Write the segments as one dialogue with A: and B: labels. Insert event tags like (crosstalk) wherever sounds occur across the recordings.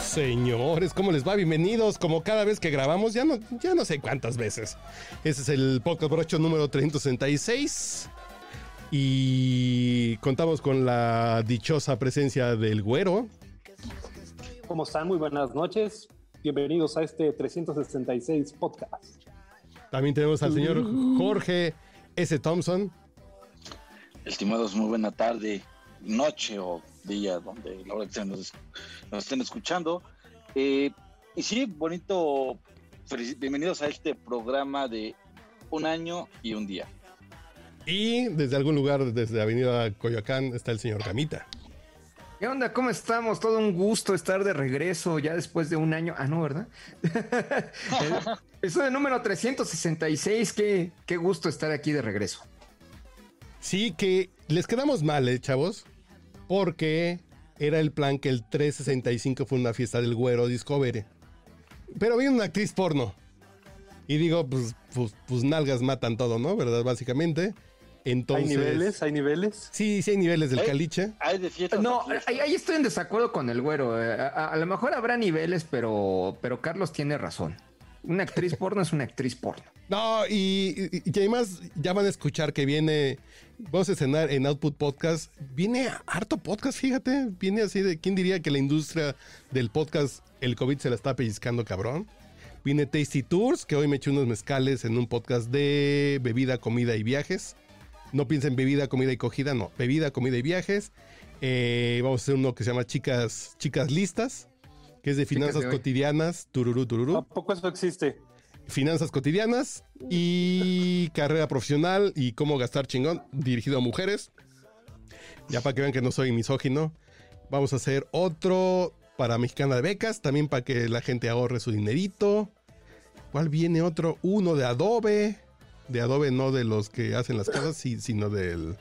A: Señores, ¿cómo les va? Bienvenidos. Como cada vez que grabamos, ya no, ya no sé cuántas veces. Ese es el podcast brocho número 366. Y contamos con la dichosa presencia del güero.
B: ¿Cómo están? Muy buenas noches. Bienvenidos a este 366 podcast.
A: También tenemos al señor Jorge S. Thompson.
C: Estimados, muy buena tarde, noche o día donde la hora que nos, nos, estén escuchando. Eh, y sí, bonito, bienvenidos a este programa de un año y un día.
A: Y desde algún lugar, desde Avenida Coyoacán, está el señor Camita.
D: ¿Qué onda? ¿Cómo estamos? Todo un gusto estar de regreso ya después de un año. Ah, no, ¿verdad? Eso de número 366, qué, qué gusto estar aquí de regreso.
A: Sí, que les quedamos mal, ¿eh, chavos? porque era el plan que el 365 fue una fiesta del güero Discovery. Pero vino una actriz porno. Y digo, pues, pues, pues nalgas matan todo, ¿no? ¿Verdad? Básicamente. Entonces,
B: ¿Hay niveles? ¿Eh? ¿Hay niveles?
A: Sí, sí hay niveles del ¿Hay, caliche.
C: Hay de fiesta.
D: No, ahí, ahí, estoy en desacuerdo con el güero. eh, A, a, a, lo mejor habrá niveles, pero, pero Carlos tiene razón. Una actriz porno es una actriz porno.
A: No, y, y, y, además ya van a escuchar que viene, vamos a cenar en Output Podcast, viene harto podcast, fíjate, viene así de, ¿quién diría que la industria del podcast, el COVID se la está pellizcando cabrón? Viene Tasty Tours, que hoy me eché unos mezcales en un podcast de bebida, comida y viajes. No piensen bebida, comida y cogida, no, bebida, comida y viajes. Eh, vamos a hacer uno que se llama Chicas, Chicas Listas, que es de finanzas de cotidianas, tururú, tururú.
B: Tampoco eso existe
A: finanzas cotidianas y carrera profesional y cómo gastar chingón, dirigido a mujeres. Ya para que vean que no soy misógino, vamos a hacer otro para Mexicana de Becas, también para que la gente ahorre su dinerito. ¿Cuál viene otro? Uno de Adobe. De Adobe, no de los que hacen las casas, sino del.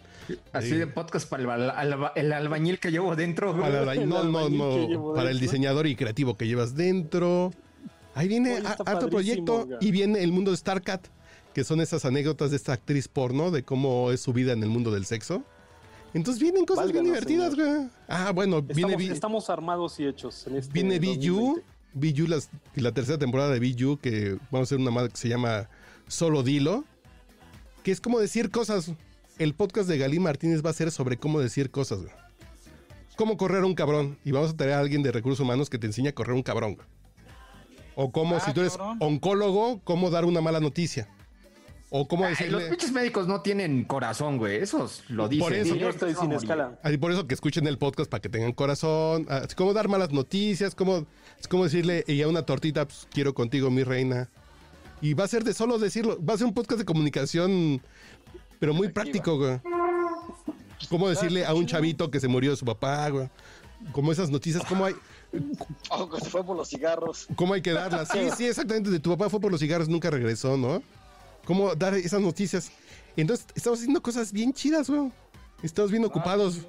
D: Así de, de podcast para el, alba, el, albañil que llevo dentro.
A: Para (laughs) la, no, no, no. Para el diseñador y creativo que llevas dentro. Ahí viene Oye, harto proyecto ya. y viene el mundo de StarCat, que son esas anécdotas de esta actriz porno, de cómo es su vida en el mundo del sexo. Entonces vienen cosas Válganos, bien divertidas, güey. Ah, bueno,
B: estamos,
A: viene.
B: Estamos armados y hechos. En este
A: viene BU, BU, la, la tercera temporada de BU, que vamos a hacer una madre que se llama Solo Dilo, que es como decir cosas. El podcast de Galí Martínez va a ser sobre cómo decir cosas, güey. Cómo correr a un cabrón. Y vamos a tener a alguien de recursos humanos que te enseña a correr a un cabrón, güey. O cómo, ah, si tú eres cabrón. oncólogo, cómo dar una mala noticia. O cómo
D: Ay,
A: decirle...
D: Los pinches médicos no tienen corazón, güey. Esos lo dicen.
A: Por eso,
B: yo estoy sin escala.
A: Ay, por eso que escuchen el podcast para que tengan corazón. Ah, cómo dar malas noticias. Cómo, cómo decirle y a una tortita, pues, quiero contigo, mi reina. Y va a ser de solo decirlo. Va a ser un podcast de comunicación, pero muy práctico, güey. Cómo decirle a un chavito que se murió de su papá, güey. Como esas noticias, cómo hay...
C: Oh, se fue por los cigarros.
A: ¿Cómo hay que darlas? Sí, sí, exactamente. De tu papá fue por los cigarros, nunca regresó, ¿no? ¿Cómo dar esas noticias? Entonces, estamos haciendo cosas bien chidas, weón. Estamos bien ocupados.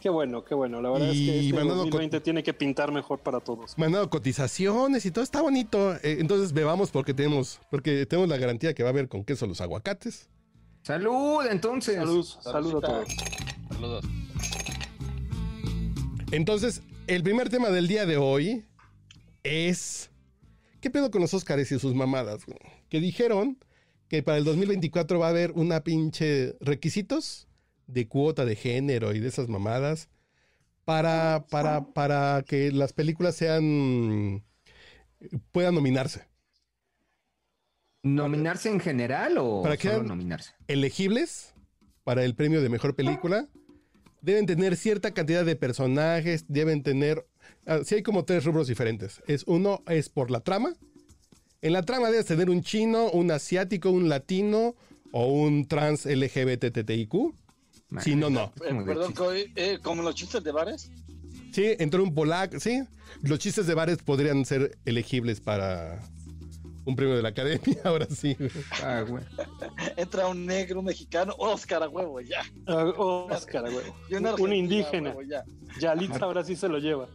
B: Qué bueno, qué bueno. La verdad y es que este 2020 tiene que pintar mejor para todos.
A: Mandado cotizaciones y todo está bonito. Eh, entonces bebamos porque tenemos, porque tenemos la garantía que va a haber con queso los aguacates.
D: Salud, entonces.
B: Salud, salud a todos.
C: Saludos.
A: Entonces, el primer tema del día de hoy es. ¿Qué pedo con los Óscares y sus mamadas? Güey? Que dijeron que para el 2024 va a haber una pinche requisitos de cuota de género y de esas mamadas para, para, para que las películas sean. puedan nominarse.
D: ¿Nominarse en general o
A: para que
D: solo nominarse?
A: Elegibles para el premio de mejor película deben tener cierta cantidad de personajes, deben tener... Si sí hay como tres rubros diferentes. Es uno es por la trama. En la trama debes tener un chino, un asiático, un latino o un trans LGBTTIQ. Si no, no.
D: Como de
C: perdón,
D: chiste.
C: co- eh, como los chistes de bares. (laughs)
A: Sí, entró un polac, sí. Los chistes de bares podrían ser elegibles para un premio de la academia, (laughs) ahora sí.
D: Ah, güey.
C: Entra un negro, un mexicano, Oscar a huevo, ya.
B: Ah, oh, Oscar, güey.
C: Y
B: Un
C: argentino, a
B: indígena.
C: huevo, ya.
B: Yalitza ahora sí se lo lleva.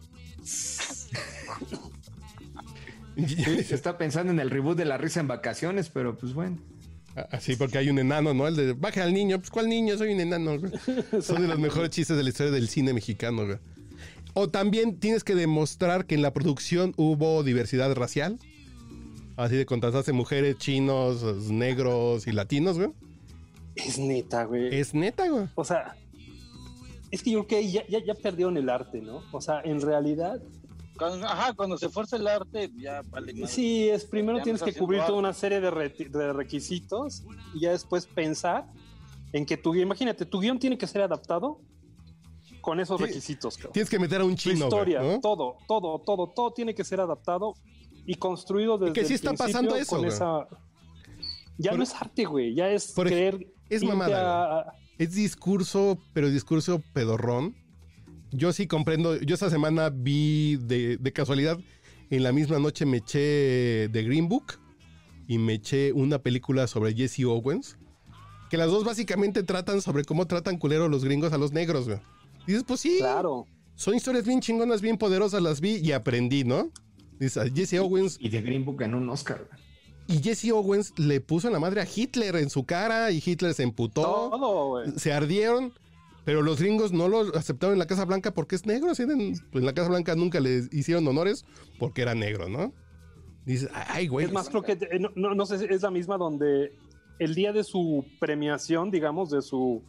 D: Sí, se está pensando en el reboot de la risa en vacaciones, pero pues bueno.
A: Así, porque hay un enano, ¿no? El de baje al niño. Pues, ¿cuál niño? Soy un enano. güey. Son de los mejores chistes de la historia del cine mexicano, güey. O también tienes que demostrar que en la producción hubo diversidad racial. Así de contrataste mujeres, chinos, negros y latinos, güey.
B: Es neta, güey.
A: Es neta, güey.
B: O sea, es que yo creo que ahí ya, ya, ya perdieron el arte, ¿no? O sea, en realidad,
C: Cuando- ajá, cuando se fuerza el arte, ya vale madre.
B: sí, es primero
C: Ya
B: tienes
C: nos
B: que
C: haciendo
B: cubrir
C: arte.
B: toda una serie de, re- de requisitos y ya después pensar en que tu guión, imagínate, tu guión tiene que ser adaptado con esos
A: Sí,
B: requisitos, cabrón.
A: Tienes que meter a un
B: Tu
A: chino, güey,
B: historia,
A: ¿no?
B: todo, todo, todo, todo tiene que ser adaptado y construido desde
A: que sí
B: el
A: está
B: principio
A: pasando eso,
B: con
A: güey.
B: esa... Ya
A: Por-
B: no es arte, güey, ya es
A: Por ej-
B: creer...
A: es
B: irte
A: mamada,
B: a-
A: Es discurso, pero discurso pedorrón. Yo sí comprendo. Yo esta semana vi de, de casualidad, en la misma noche me eché de Green Book y me eché una película sobre Jesse Owens. Que las dos básicamente tratan sobre cómo tratan culero los gringos a los negros, güey. Dices, pues sí,
B: Claro.
A: son historias bien chingonas, bien poderosas, las vi y aprendí, ¿no? Dices, a Jesse Owens
D: Y de Green Book ganó un Oscar. güey.
A: y Jesse Owens le puso en la madre a Hitler en su cara y Hitler se emputó
B: Todo, güey.
A: se ardieron, pero los gringos no lo aceptaron en la Casa Blanca porque es negro. así de- pues, en, la Casa Blanca nunca les hicieron honores porque era negro, ¿no? Dices, ay, güey.
B: Es más, creo que eh, no, no- no sé si es la misma donde el día de su premiación, digamos, de su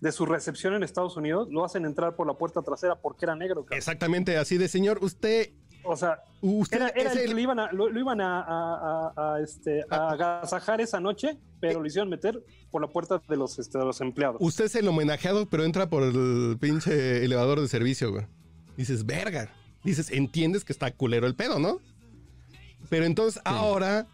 B: de su recepción en Estados Unidos, lo hacen entrar por la puerta trasera porque era negro. cabrón.
A: Exactamente así de señor, usted,
B: O sea,
A: usted
B: era, era
A: es
B: el que
A: el-
B: lo iban a, lo, lo iban a, a- a- a, este, a agasajar esa noche, pero lo hicieron meter por la puerta de los, este, de los empleados.
A: usted es el homenajeado, pero entra por el pinche elevador de servicio, güey. Dices, verga. Dices, entiendes que está culero el pedo, ¿no? Pero entonces ahora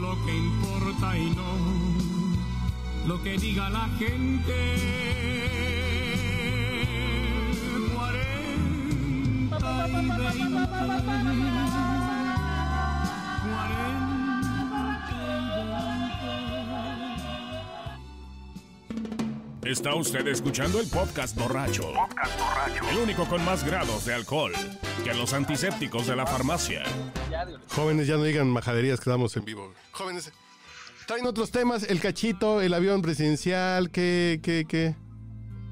E: lo que importa y no lo que diga la gente. 40 y 20. 40 y 20.
F: Está usted escuchando el podcast borracho. El único con más grados de alcohol que los antisépticos de la farmacia.
A: Jóvenes, ya no digan majaderías que estamos en vivo. Jóvenes, traen otros temas, el cachito, el avión presidencial, que, que, que.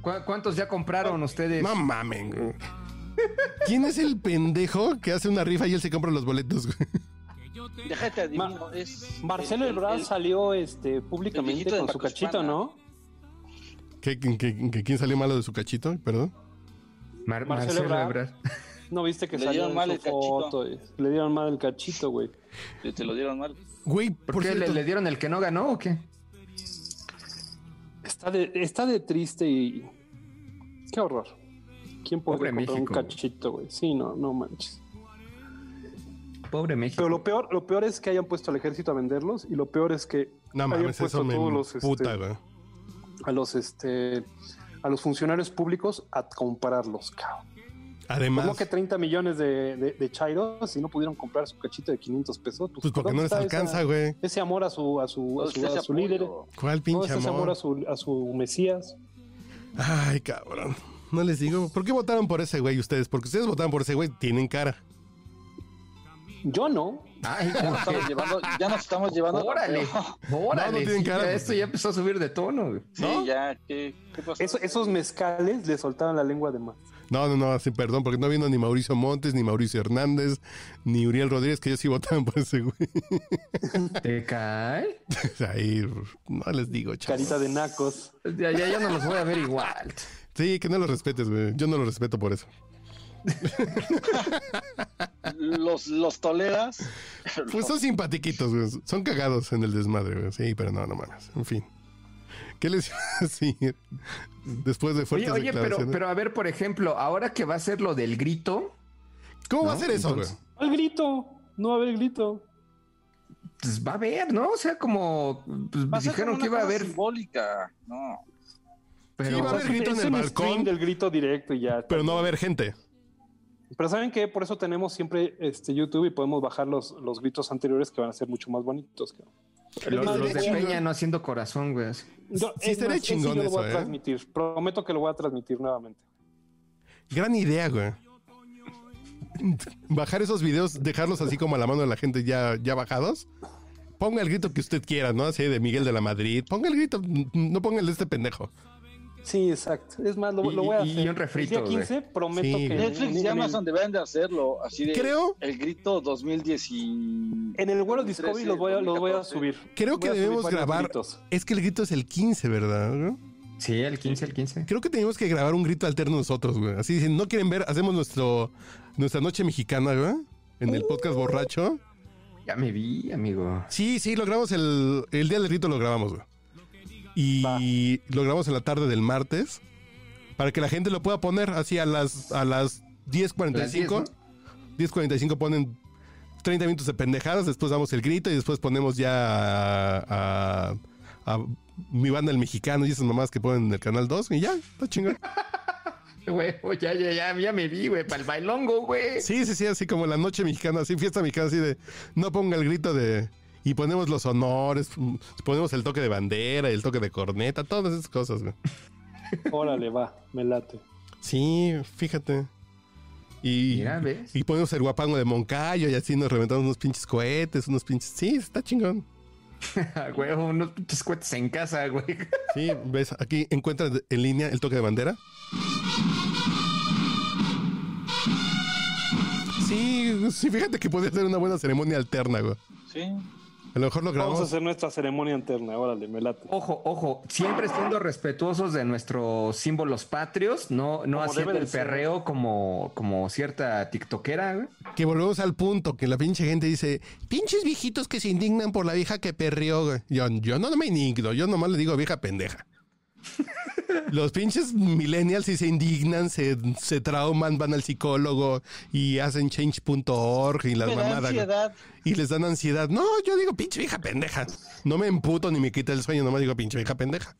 D: ¿Cu- ¿Cuántos ya compraron ustedes?
A: No mamen. güey. ¿Quién es el pendejo que hace una rifa y él se compra los boletos? güey? (laughs)
C: Déjate adivino.
B: Ma-
C: es
B: Marcelo Ebrard salió este,
C: el viejito
B: públicamente
C: de
B: con su cachito,
C: Macuspana.
B: ¿no?
A: ¿Qué, qué, qué- qué- quién salió malo de su cachito? Perdón.
D: Mar-
B: Marcelo
D: Marcelo
B: Ebrard.
D: Ebrard.
B: No viste que
C: Le
B: salió
C: dieron
B: en
C: mal
B: su
C: el cachito.
B: foto, eh. Le dieron mal el cachito, güey.
C: Te, te lo dieron mal.
A: Güey, por,
D: ¿Por, qué le,
A: cierto,
D: le dieron el que no ganó o qué?
B: Está de, está de triste y. Qué horror. ¿Quién podría
D: Pobre
B: comprar
D: México.
B: un cachito, güey? Sí, no, no manches.
D: Pobre México.
B: Pero lo peor, lo peor es que hayan puesto al ejército a venderlos y lo peor es que
A: No
B: hayan
A: mames,
B: puesto
A: eso
B: a
A: me
B: todos los, este,
A: puta, güey.
B: a los este a los funcionarios públicos a comprarlos, cabrón.
A: Además,
B: Como que 30 millones de, de, de chairos y no pudieron comprar su cachito de 500 pesos. Pues,
A: pues porque
B: ¿dónde
A: no les
B: está
A: alcanza,
B: esa-
A: güey.
B: Ese amor a su, a su, a
C: Todo
B: su,
C: ese
B: a su
C: apoyo.
B: líder.
A: ¿Cuál
B: No,
A: pinche
B: ese amor a
A: amor?
B: su, a su Mesías.
A: Ay, cabrón. No les digo. ¿Por qué votaron por ese güey ustedes? Porque ustedes votaron por ese güey, tienen cara.
B: Yo no.
D: Ay,
C: Ya nos
A: (laughs)
C: estamos llevando, ya nos estamos llevando. al
D: órale,
C: campeón.
D: órale.
A: No, no tienen
D: sí,
A: cara.
D: ya esto ya empezó a subir de tono, güey.
C: Sí,
A: ¿No?
C: ya, ¿qué, qué pasó?
B: Eso- esos mezcales le soltaron la lengua de más.
A: No, no, no, sí, perdón, porque no vino ni Mauricio Montes, ni Mauricio Hernández, ni Uriel Rodríguez, que ellos sí votaban por ese güey. (laughs)
D: ¿Te cae?
A: Ahí, no les digo, chavos.
B: Carita de nacos.
D: Pues Ya, ya, ya no los voy a ver igual.
A: Sí, que no los respetes, güey. Yo no los respeto por eso.
C: Los, los toleras.
A: Pues son simpatiquitos, güey. Son cagados en el desmadre, güey. Sí, pero no, no mames. En fin. ¿Qué les iba a decir? Después de
D: Oye,
A: (laughs) fuertes
D: oye, pero,
A: declaraciones.
D: pero a ver, por ejemplo, ahora que va a ser lo del grito,
A: ¿Cómo va a
D: ¿no?
A: ser eso, güey?
D: Entonces-
B: El grito. No va a haber grito.
D: pues va a haber, ¿no? O sea, como pues,
C: Va a ser
D: dijeron
C: como
D: que
C: una
D: iba a
C: cosa
D: haber,
C: Simbólica, no.
D: pero
A: va a haber grito en el
B: un
A: balcón.
B: stream del grito directo y ya.
A: Pero no va a haber gente.
B: Pero ¿saben qué? Por eso tenemos siempre este YouTube y podemos bajar los, los gritos anteriores que van a ser mucho más bonitos. cabrón.
D: los,
A: Madre
D: los de
A: chingón.
D: Peña no haciendo corazón, güey. así.
B: Yo-
A: Sí,
B: es
A: estaría
B: más, ese
A: chingón
B: yo lo voy
A: eso,
B: a
A: ¿eh?
B: transmitir. Prometo que lo voy a transmitir nuevamente.
A: Gran idea, güey. Bajar esos videos, dejarlos así como a la mano de la gente ya, ya bajados. ponga el grito que usted quiera, ¿no? Así de Miguel de la Madrid. Ponga el grito, n- no ponga el de este pendejo.
B: Sí, exacto. Es más, lo,
D: Y-
B: lo voy a
D: y- y
B: hacer.
D: un refrito,
B: El día 15 prometo
A: Sí,
B: que.
A: güey.
B: en-
C: Netflix y
B: en-
C: Amazon deberían de hacerlo, así de
A: Creo-
C: el grito 2010 y...
B: En el güero Discovery los voy a, los voy a subir.
A: Creo
B: Voy
A: que
B: a subir
A: debemos
B: varios
A: grabar.
B: gritos.
A: Es que el grito es el 15, ¿verdad? ¿No?
D: Sí, el 15, el 15.
A: Creo que tenemos que grabar un grito alterno nosotros, güey. Así dicen, no quieren ver, hacemos nuestro nuestra noche mexicana, güey. En el podcast borracho.
D: Ya me vi, amigo.
A: Sí, sí, lo grabamos el, el día del grito, lo grabamos, güey. Y lo grabamos en la tarde del martes. Para que la gente lo pueda poner así a las, a las 10.45.
D: Las
A: 10.45 ponen 30 minutos de pendejadas, después damos el grito y después ponemos ya a, a- a mi banda el mexicano y esas mamás que ponen en el canal 2 y ya, está chingón.
D: Güey, (laughs) ya, ya, ya, ya me vi, güey, para el bailongo, güey.
A: Sí, sí, sí, así como la noche mexicana, así fiesta mexicana, así de no ponga el grito de. Y ponemos los honores, mm, ponemos el toque de bandera, el toque de corneta, todas esas cosas, güey.
B: Órale, va, me late.
A: Sí, fíjate. Y,
D: Mira, ¿ves?
A: y ponemos el guapango de Moncayo y así nos reventamos unos pinches cohetes, unos pinches. Sí, está chingón.
D: Güey, unos pinches cohetes en casa, güey. (laughs)
A: Sí, ves, aquí encuentras en línea el toque de bandera. Sí, sí, fíjate que podría ser una buena ceremonia alterna, güey.
C: Sí.
A: A lo mejor lo
B: Vamos a
A: (laughs) grabamos.
B: hacer nuestra ceremonia interna, órale, me late.
D: Ojo, ojo, siempre siendo respetuosos de nuestros símbolos patrios, no, no
B: Como
D: haciendo
B: debe de
D: el
B: ser.
D: perreo como, como cierta tiktokera, güey.
A: Que volvemos al punto, que la pinche gente dice, pinches viejitos que se indignan por la vieja que perrió. güey". Yo, yo no me indigno, yo nomás le digo vieja pendeja. Los pinches millennials si se indignan, se, se trauman, van al psicólogo y hacen change.org y las
C: Me da
A: mamadas. güey.
C: ansiedad.
A: Y les dan ansiedad. No, yo digo pinche vieja pendeja. No me emputo ni me quita el sueño, nomás digo pinche vieja pendeja.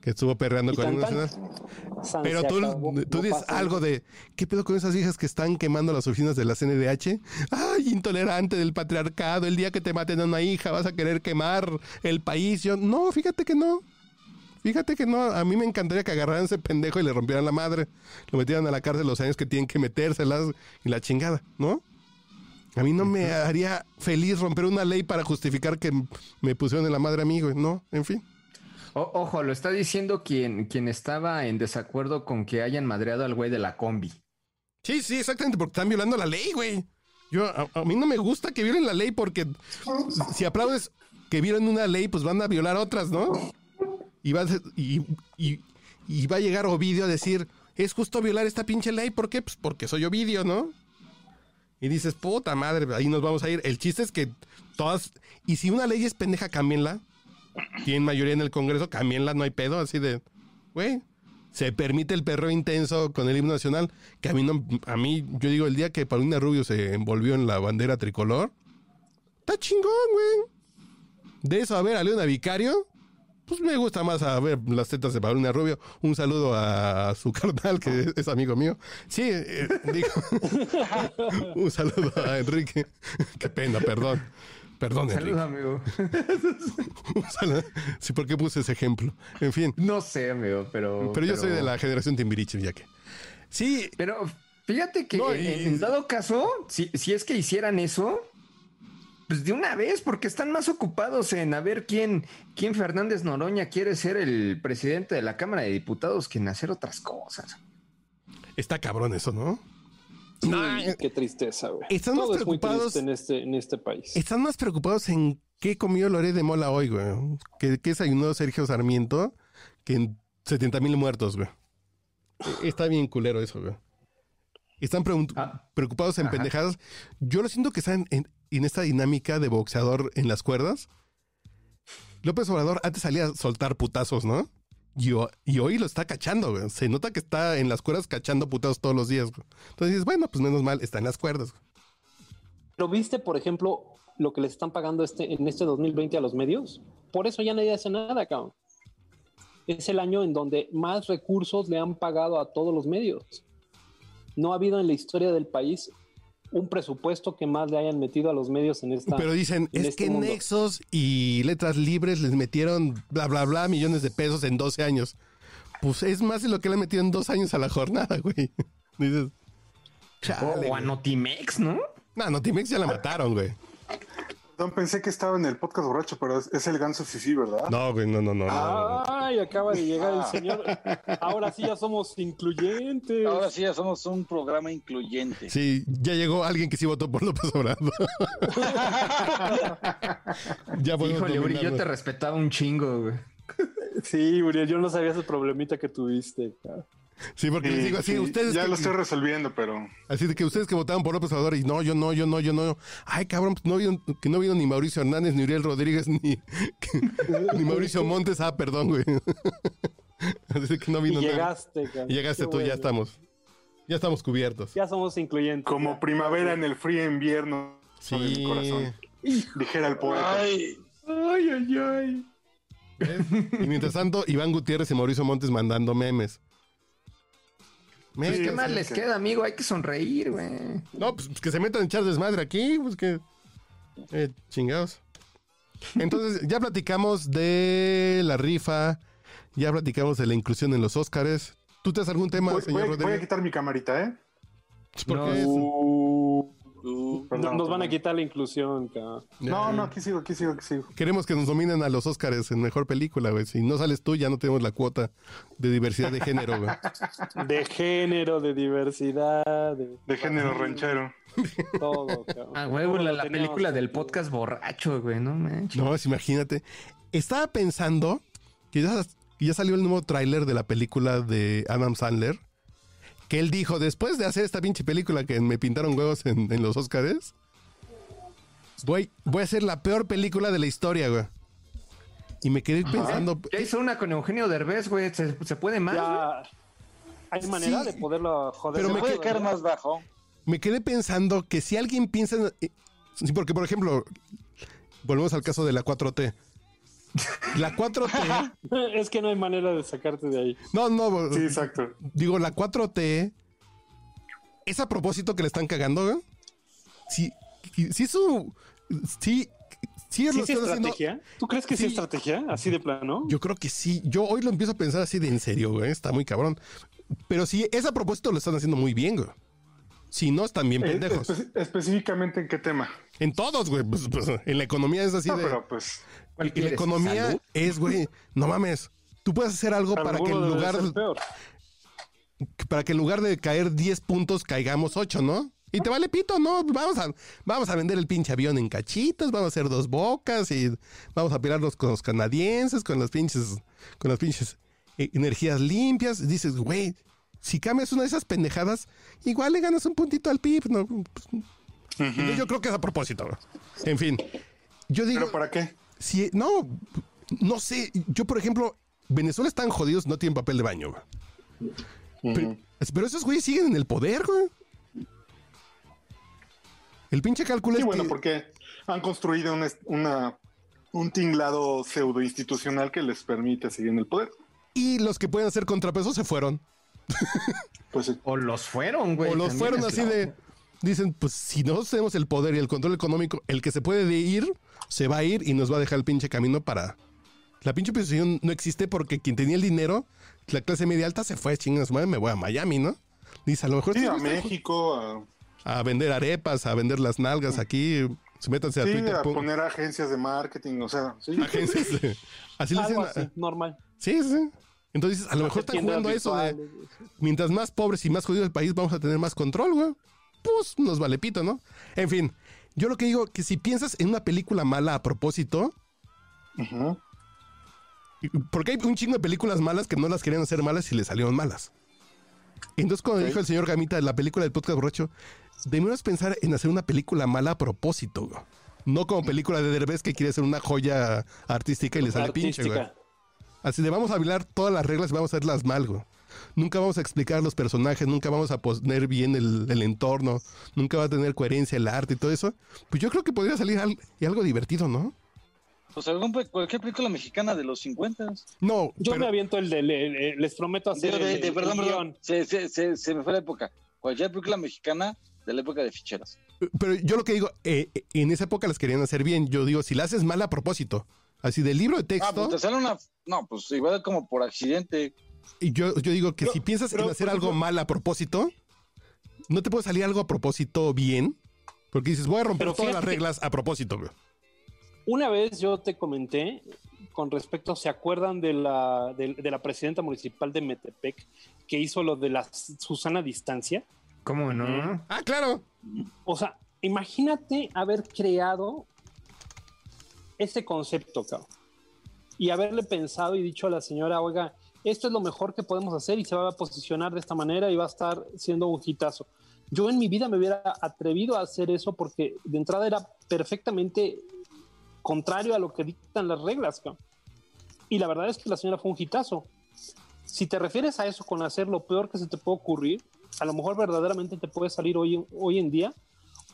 A: Que estuvo perreando
B: Y
A: con
B: tan,
A: una
B: tan.
A: señora.
B: San,
A: Pero
B: se
A: tú,
B: acabó,
A: tú
B: no
A: dices
B: pasa.
A: algo de ¿qué pedo con esas viejas que están quemando las oficinas de la CNDH? Ay, intolerante del patriarcado, el día que te maten a una hija vas a querer quemar el país. Yo, no, fíjate que no. Fíjate que no, a mí me encantaría que agarraran a ese pendejo y le rompieran la madre, lo metieran a la cárcel los años que tienen que metérselas y la chingada, ¿no? A mí no me haría feliz romper una ley para justificar que me pusieron en la madre a mí, güey, no, en fin.
D: O- ojo, lo está diciendo quien, quien estaba en desacuerdo con que hayan madreado al güey de la combi.
A: Sí, sí, exactamente, porque están violando la ley, güey. Yo, a, a mí no me gusta que violen la ley porque si aplaudes que violen una ley, pues van a violar otras, ¿no? Y va a, ser- y, y- y va a llegar Ovidio a decir, es justo violar esta pinche ley, ¿por qué? Pues porque soy Ovidio, ¿no? Y dices, puta madre, ahí nos vamos a ir. El chiste es que todas... Y si una ley es pendeja, cámbienla. Tienen mayoría en el Congreso, cámbienla, no hay pedo, así de... Güey, se permite el perro intenso con el himno nacional, que a mí, no, a mí yo digo, el día que Paulina Rubio se envolvió en la bandera tricolor, está chingón, güey. De eso a ver a Leona Vicario, pues me gusta más a ver las tetas de Paulina Rubio. Un saludo a su carnal, que es amigo mío. Sí, eh, digo, (laughs) un saludo a Enrique. (laughs) Qué pena, perdón. Perdón,
D: Saludos,
A: Enrique.
D: amigo. (laughs)
A: Un saludo. Sí, ¿por qué puse ese ejemplo? En fin,
D: No sé, amigo, pero.
A: pero yo soy de la generación Timbiriche, ya que. Sí,
D: Pero fíjate que
A: No,
D: en,
A: y-
D: en dado caso, si, si es que hicieran eso, pues de una vez, porque están más ocupados en a ver quién, quién Fernández Noroña quiere ser el presidente de la Cámara de Diputados que en hacer otras cosas.
A: Está cabrón eso, ¿no?
B: Sí,
A: No,
B: qué tristeza, güey.
A: están
B: Todo
A: más
B: es muy
A: preocupados-
B: triste en este, en este país.
A: Están más preocupados en qué comió Loré de Mola hoy, güey. Que, que desayunó Sergio Sarmiento que en 70 mil muertos, güey. E, Está bien culero eso, güey. Están pregun-
D: Ah.
A: preocupados en
D: Ajá.
A: pendejadas. Yo lo siento que están en, en esta dinámica de boxeador en las cuerdas. López Obrador antes salía a soltar putazos, ¿no? Y, ho- y hoy lo está cachando, güey. Se nota que está en las cuerdas cachando putazos todos los días, güey. Entonces dices, bueno, pues menos mal, está en las cuerdas. güey.
B: Pero viste, por ejemplo, lo que les están pagando este, en este 2020 a los medios. Por eso ya nadie hace nada, cabrón. Es el año en donde más recursos le han pagado a todos los medios. No ha habido en la historia del país un presupuesto que más le hayan metido a los medios en esta.
A: Pero dicen,
B: en
A: es
B: este
A: que
B: mundo.
A: Nexos y Letras Libres les metieron bla, bla, bla, millones de pesos en 12 años. Pues es más de lo que le han metido en dos años a la jornada, (laughs) güey. Dices,
D: O,
A: chale.
D: o a
A: güey.
D: Notimex, ¿no?
B: Ah.
A: No, Notimex ya la mataron, güey.
G: Perdón, pensé que estaba en el podcast borracho, pero es, es el ganso Fifi, ¿verdad?
A: No, güey, no, no, no. no, no.
B: Ay, acaba de llegar el señor. Ahora sí ya somos incluyentes.
C: Ahora sí ya somos un programa incluyente.
A: Sí, ya llegó alguien que sí votó por López
D: (laughs)
A: Obrador. ya podemos
D: Híjole, Uri, yo
A: dominarnos.
D: te respetaba un chingo, güey.
B: Sí, Uriel, yo no sabía ese problemita que tuviste. cara.
A: Sí, porque les
G: Sí,
A: digo así,
G: Eh, sí,
A: ustedes
G: ya
A: que,
G: lo estoy resolviendo, pero
A: así de que ustedes que votaron por López Obrador y no, yo no, yo no, yo no. Ay, cabrón, pues no vieron, que no vieron ni Mauricio Hernández, ni Uriel Rodríguez,
D: (laughs)
A: ni, ni Mauricio Montes. Ah, perdón, güey. (laughs) así de que no
B: Y
A: vino nada.
B: llegaste, cara.
A: Y llegaste
B: Qué
A: tú, ya
B: bueno.
A: estamos. Ya estamos
B: (laughs)
A: cubiertos.
B: Ya somos incluyentes.
G: como
B: ya.
G: primavera en el frío invierno de mi
A: Sí.
G: corazón, dijera el poeta.
C: Ay,
D: Ay, ay, ay.
A: Y mientras tanto, Iván Gutiérrez y Mauricio Montes mandando memes. Memes.
G: Sí,
D: Pues ¿Qué más
G: sí,
D: les
G: sí.
D: queda, amigo? Hay que sonreír, güey.
A: No, pues que se metan a echar desmadre aquí, pues que. eh, chingados. Entonces, ya platicamos de la rifa, ya platicamos de la inclusión en los Óscares. ¿Tú te das algún tema,
G: Voy,
A: Pues, señor
G: voy- voy a
A: Rodríguez?
G: quitar mi camarita, ¿eh?
A: ¿Por
D: No.
A: qué?
B: Uh,
C: tú,
G: Perdón,
B: nos van a
G: perdón.
B: quitar la inclusión, cara.
G: No, no, aquí sigo, aquí sigo, aquí sigo.
A: Queremos que nos dominen a los Óscares en mejor película, güey. Si no sales tú, ya no tenemos la cuota de diversidad de género, güey. (laughs)
B: De género, de diversidad, de
G: De género ranchero.
B: todo, cara.
D: (laughs) Ah, huevo,
B: Todo
D: la,
B: lo
D: la
B: teníamos
D: película del
B: aquí.
D: podcast borracho, güey, no manches.
A: No, es- imagínate. Estaba pensando que ya, ya salió el nuevo tráiler de la película de Adam Sandler. Que él dijo, después de hacer esta pinche película que me pintaron huevos en, en los Oscars, voy, voy a hacer la peor película de la historia, güey. Y me quedé pensando,
D: Ya hizo una con Eugenio Derbez, güey. ¿Se, se puede más? güey?
B: Ya. Hay manera
A: Sí.
B: de poderlo joder.
A: Pero
C: pero
A: me
C: me puede
A: quedo-
C: caer más bajo.
A: me quedé pensando que si alguien piensa... en- eh, sí, porque, por ejemplo, volvemos al caso de la 4T. La 4T...
B: (laughs) Es que no hay manera de sacarte de ahí.
A: no, no,
G: Sí, exacto.
A: Digo, la 4T es a propósito que le están cagando, güey. Sí, sí es su. Sí, sí es
B: ¿Sí
A: lo
B: es
A: que están haciendo.
B: estrategia? ¿Tú crees que sí es
A: Sí.
B: estrategia? Así de plano.
A: Yo creo que sí. Yo hoy lo empiezo a pensar así de en serio, güey. Está muy cabrón. Pero sí, es a propósito, lo están haciendo muy bien, güey. Si no, están bien
G: Eh,
A: pendejos.
G: espe- específicamente en qué tema.
A: En todos, güey. Pues, pues, en la economía es así
G: no,
A: de.
G: pero pues.
D: ¿Cuál
A: En la
D: quieres?
A: economía
D: ¿Salud?
A: es, güey. No mames. Tú puedes hacer algo para que
B: Alguno
A: en
B: debe
A: lugar.
B: ser peor.
A: para que en lugar de caer 10 puntos caigamos 8, ¿no? Y te vale pito, no, vamos a, vamos a vender el pinche avión en cachitos, vamos a hacer dos bocas y vamos a pelearnos con los canadienses, con las pinches, con las pinches eh, energías limpias. Dices, güey, si cambias una de esas pendejadas, igual le ganas un puntito al PIB, ¿no? Pues, entonces Yo creo que es a propósito, güey. En fin, yo digo...
G: ¿Pero para qué?
A: Si, no, no sé. Yo, por ejemplo, Venezuela están jodidos, no tienen papel de baño. güey. Pero, pero esos güeyes siguen en el poder, güey. El pinche cálculo
G: Sí,
A: es
G: bueno,
A: que-
G: porque han construido una, una- un tinglado pseudo institucional que les permite seguir en el poder.
A: Y los que pueden hacer contrapeso se fueron.
G: Pues sí.
D: O los fueron, güey.
A: o los
D: también
A: fueron
D: es
A: así
D: la-
A: de... Dicen, pues si nosotros tenemos el poder y el control económico, el que se puede de ir, se va a ir y nos va a dejar el pinche camino para... La pinche posición no existe porque quien tenía el dinero, la clase media alta, se fue, chingas, madre, me voy a Miami, ¿no? Dice, a lo mejor...
G: Sí,
A: estos
G: a
A: güeyes están
G: México, a,
A: a vender arepas, a vender las
B: Mm.
A: nalgas aquí. Se métanse a
G: sí,
A: Twitter.
G: a
A: pon-
G: poner agencias de marketing, o sea, sí.
A: (laughs) agencias de- Así le dicen.
B: Algo
A: a-
B: así, normal.
A: Sí, sí. Entonces, a lo mejor están
B: Tiendas
A: jugando a eso de
B: virtuales.
A: mientras más pobres y más jodido el país, vamos a tener más control, güey. Pues nos vale pito, ¿no? En fin, yo lo que digo que si piensas en una película mala a propósito,
G: Ujú.
A: porque hay un chingo de películas malas que no las querían hacer malas y le salieron malas. Entonces, cuando
G: Ok.
A: dijo el señor Gamita de la película del podcast borracho, debemos pensar en hacer una película mala a propósito, güey. No como película de Derbez que quiere hacer una joya artística y le sale pinche, güey.
B: Artística.
A: Así de vamos a violar todas las reglas y vamos a hacerlas mal, güey. Nunca vamos a explicar los personajes, nunca vamos a poner bien el, el entorno, nunca va a tener coherencia el arte y todo eso. Pues yo creo que podría salir al- y algo divertido, ¿no?
C: Pues algún, cualquier película mexicana de los 50.
A: No,
B: Yo
A: pero-
B: me aviento el de, le- le- les prometo
C: De,
B: hacer
C: de,
B: el,
C: de-
B: el
C: perdón,
B: guión.
C: perdón. Se, se, se, se me fue la época. Cualquier película mexicana de la época de ficheras.
A: Pero yo lo que digo, eh, eh, en esa época las querían hacer bien. Yo digo, si la haces mal a propósito, así del libro de
C: Ah, pues
A: texto,
C: te sale una. No, pues igual como por accidente.
A: y yo, yo digo que si piensas en
G: pero,
A: hacer
G: por
A: algo
G: ejemplo-
A: mal a propósito, no te puede salir algo a propósito bien, porque dices, voy a romper
B: Pero
A: todas las
B: fíjate que-
A: reglas a propósito. güey.
B: Una vez yo te comenté con respecto, ¿se acuerdan de la, de, de la presidenta municipal de Metepec que hizo lo de la Susana Distancia?
D: ¿Cómo no?
A: Ah, claro.
B: O sea, imagínate haber creado ese concepto, cabrón. Y haberle pensado y dicho a la señora, oiga, esto es lo mejor que podemos hacer y se va a posicionar de esta manera y va a estar siendo un hitazo. Yo en mi vida me hubiera atrevido a hacer eso porque de entrada era perfectamente contrario a lo que dictan las reglas. cabrón. Y la verdad es que la señora fue un hitazo. Si te refieres a eso con hacer lo peor que se te puede ocurrir, a lo mejor verdaderamente te puede salir hoy, hoy en día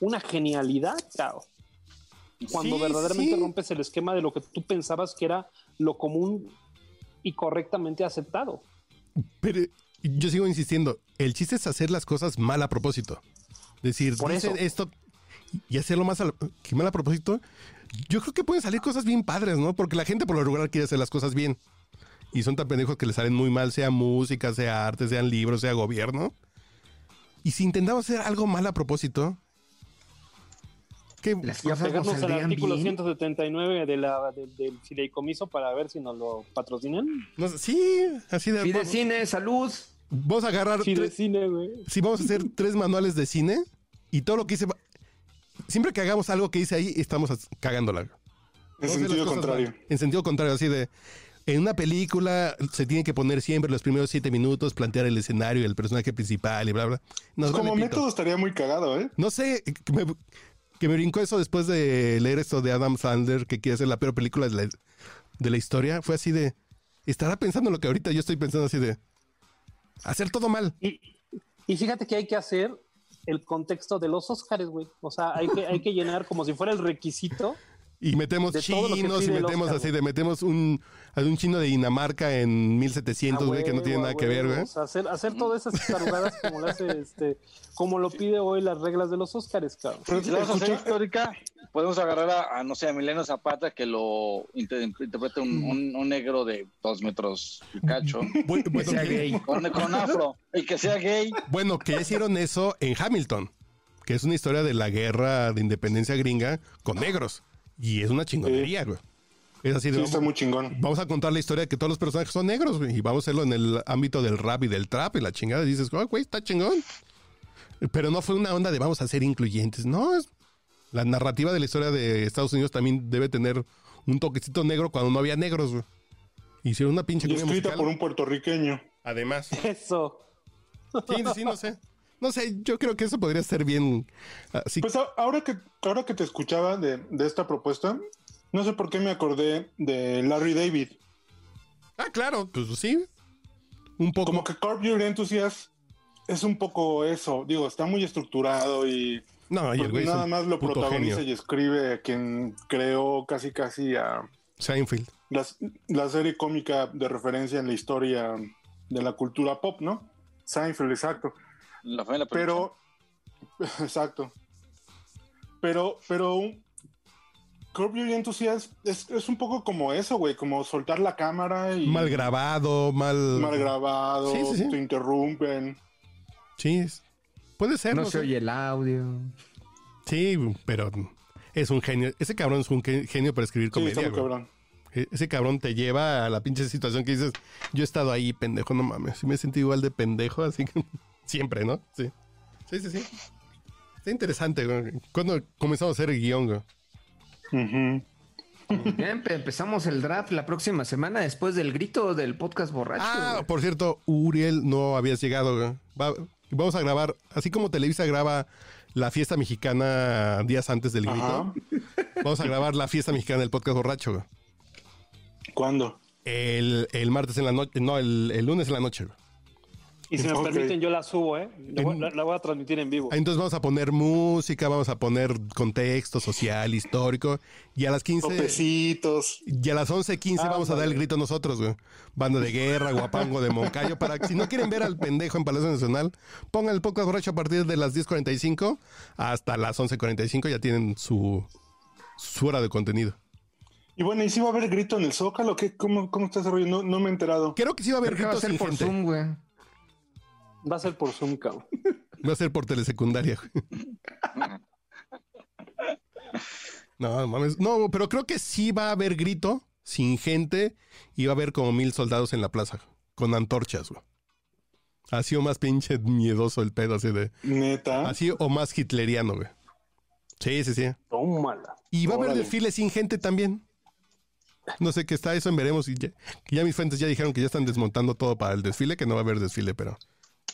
B: una genialidad, cabrón cuando
A: Sí,
B: verdaderamente
A: sí.
B: rompes el esquema de lo que tú pensabas que era lo común y correctamente aceptado.
A: Pero yo sigo insistiendo, el chiste es hacer las cosas mal a propósito. Decir,
B: Por
A: dicen
B: eso.
A: esto y hacerlo más a- que mal a propósito. Yo creo que pueden salir cosas bien padres, ¿no? Porque la gente por lo regular quiere hacer las cosas bien. Y son tan pendejos que le salen muy mal, sea música, sea arte, sean libros, sea gobierno. Y si intentamos hacer algo mal a propósito, que
B: Pues,
D: Las cosas no
B: Apegarnos al
D: saldrían
B: artículo
D: bien.
B: 179 de la, de- del fideicomiso para ver si nos lo patrocinan.
A: no sé, sí, así de
D: Pide cine, salud.
A: vamos a agarrar tres-
B: Fidecine, güey.
A: si vamos
G: (laughs)
A: a hacer tres manuales de cine y todo lo que hice. Siempre que hagamos algo que hice ahí, estamos as- cagándola.
G: En
A: Vamos a hacer
G: sentido
A: las cosas
G: contrario.
A: mal. En sentido contrario, así de. En una película se tiene que poner siempre los primeros siete minutos, plantear el escenario y el personaje principal y bla, bla. Nos vale
G: Como
A: pito.
G: método estaría muy cagado, ¿eh?
A: No sé, que me, que me brincó eso después de leer esto de Adam Sandler, que quiere hacer la peor película de la, de la historia. Fue así de. Estará pensando lo que ahorita yo estoy pensando, así de. Hacer todo mal.
B: Y, y fíjate que hay que hacer el contexto de los Óscares, güey. O sea, hay que, hay que llenar como si fuera el requisito.
A: Y metemos
B: De todo lo que
A: chinos y
B: pide el
A: metemos
B: Oscar,
A: así,
B: güey.
A: de metemos un, a un chino de Dinamarca en 1700,
B: A
A: güey, que no
B: huevo,
A: tiene
B: a
A: nada que
B: huevo.
A: ver, güey.
B: Ah, O sea, hacer, hacer todas esas tarugadas como, lo hace, este, como lo pide hoy las reglas de los Óscares, cabrón.
G: Pero
C: Si la vamos a hacer
G: escucha-
C: histórica, podemos agarrar a, a, no sé, a Emiliano Zapata que lo inter- interprete un, un- un negro de dos metros y cacho,
A: Bu-
D: Que
A: Bueno,
D: sea
A: que-
D: gay.
C: con, con afro, y que sea gay.
A: (laughs) bueno, que ya hicieron eso en Hamilton, que es una historia de la guerra de independencia gringa con negros. Y es una chingonería, güey. Es así de.
G: sí, está muy chingón.
A: Vamos a contar la historia de que todos los personajes son negros, güey, y vamos a hacerlo en el ámbito del rap y del trap y la chingada. Y dices, "Ah, güey, está chingón. Pero no fue una onda de vamos a ser incluyentes. No, es- la narrativa de la historia de Estados Unidos también debe tener un toquecito negro cuando no había negros, güey. Hicieron una pinche
G: Y
A: comedia
G: escrita
A: musical.
G: por un puertorriqueño.
A: Además.
B: Eso.
A: Sí, sí, no sé. No sé, yo creo que eso podría ser bien. ah, Así
G: Pues a- ahora que, ahora que te escuchaba de, de esta propuesta, no sé por qué me acordé de Larry David.
A: Ah, claro, pues sí. Un poco.
G: Como que Curb Your Enthusiasm es un poco eso. Digo, está muy estructurado y
A: no, y el güey es
G: nada
A: un
G: más lo
A: puto
G: protagoniza
A: genio.
G: y escribe quien creó casi casi a
A: Seinfeld.
G: las- la serie cómica de referencia en la historia de la cultura pop, ¿no? Seinfeld, exacto.
C: La fe en la producción.
G: Pero, (laughs) exacto. Pero, pero, un- Curb Your Enthusiasm es, es un poco como eso, güey, como soltar la cámara y
A: Mal grabado, mal.
G: mal grabado,
A: Sí, sí, sí.
G: te interrumpen.
A: Sí, es- puede ser.
D: No
A: no
D: se
A: sé.
D: oye el audio.
A: Sí, pero es un genio. Ese cabrón es un gen- genio para escribir
G: Sí,
A: comedia.
G: está muy
A: güey.
G: cabrón.
A: E- Ese cabrón te lleva a la pinche situación que dices, yo he estado ahí, pendejo, no mames. Sí me he sentido igual de pendejo, así que (laughs) siempre, ¿no? Sí. Sí, sí, sí. Está interesante, güey. ¿Cuándo comenzamos a hacer el guión, güey?
G: Ujú.
D: Ya empe- empezamos el draft la próxima semana después del grito del podcast borracho.
A: Ah,
D: güey.
A: por cierto, Uriel no habías llegado. güey. Va- vamos a grabar, así como Televisa graba la fiesta mexicana días antes del grito,
G: Ajá.
A: vamos a grabar la fiesta mexicana del podcast borracho. güey.
G: ¿Cuándo?
A: El, el martes en la noche, no, el, el lunes en la noche. güey.
B: Y si me
G: Ok.
B: permiten, yo la subo, ¿eh? La voy, la- la voy a transmitir en vivo.
A: Ah, Entonces vamos a poner música, vamos a poner contexto social, histórico. Y a las 15,
G: Topecitos.
A: y a las 11.15
D: Ah,
A: vamos a dar el grito nosotros, güey. Banda de guerra, guapango de Moncayo. Para que si no quieren ver al pendejo en Palacio Nacional, pongan el podcast borracho a partir de las 10.45 hasta las 11.45. Ya tienen su, su hora de contenido.
G: Y bueno, ¿y si va a haber grito en el Zócalo? ¿Qué, cómo, ¿Cómo está ese rollo? No, no me he enterado.
A: Creo que sí va a haber
D: Creo que va a
A: gritos
D: ser
A: pues, sin gente.
D: por Zoom, güey.
B: Va a ser por Zoom, cabrón.
A: Va a ser por telesecundaria. güey. No, no mames. No, pero creo que sí va a haber grito sin gente y va a haber como mil soldados en la plaza con antorchas, güey. Ha sido más pinche miedoso el pedo, así de.
B: ¿Ah?
G: Neta.
A: Así o más hitleriano, güey. Sí, sí, sí.
B: Tómala.
A: Y va a haber
G: Órale.
A: desfiles sin gente también. No sé qué está eso en veremos. Y ya, ya mis fuentes ya dijeron que ya están desmontando todo para el desfile, que no va a haber desfile, pero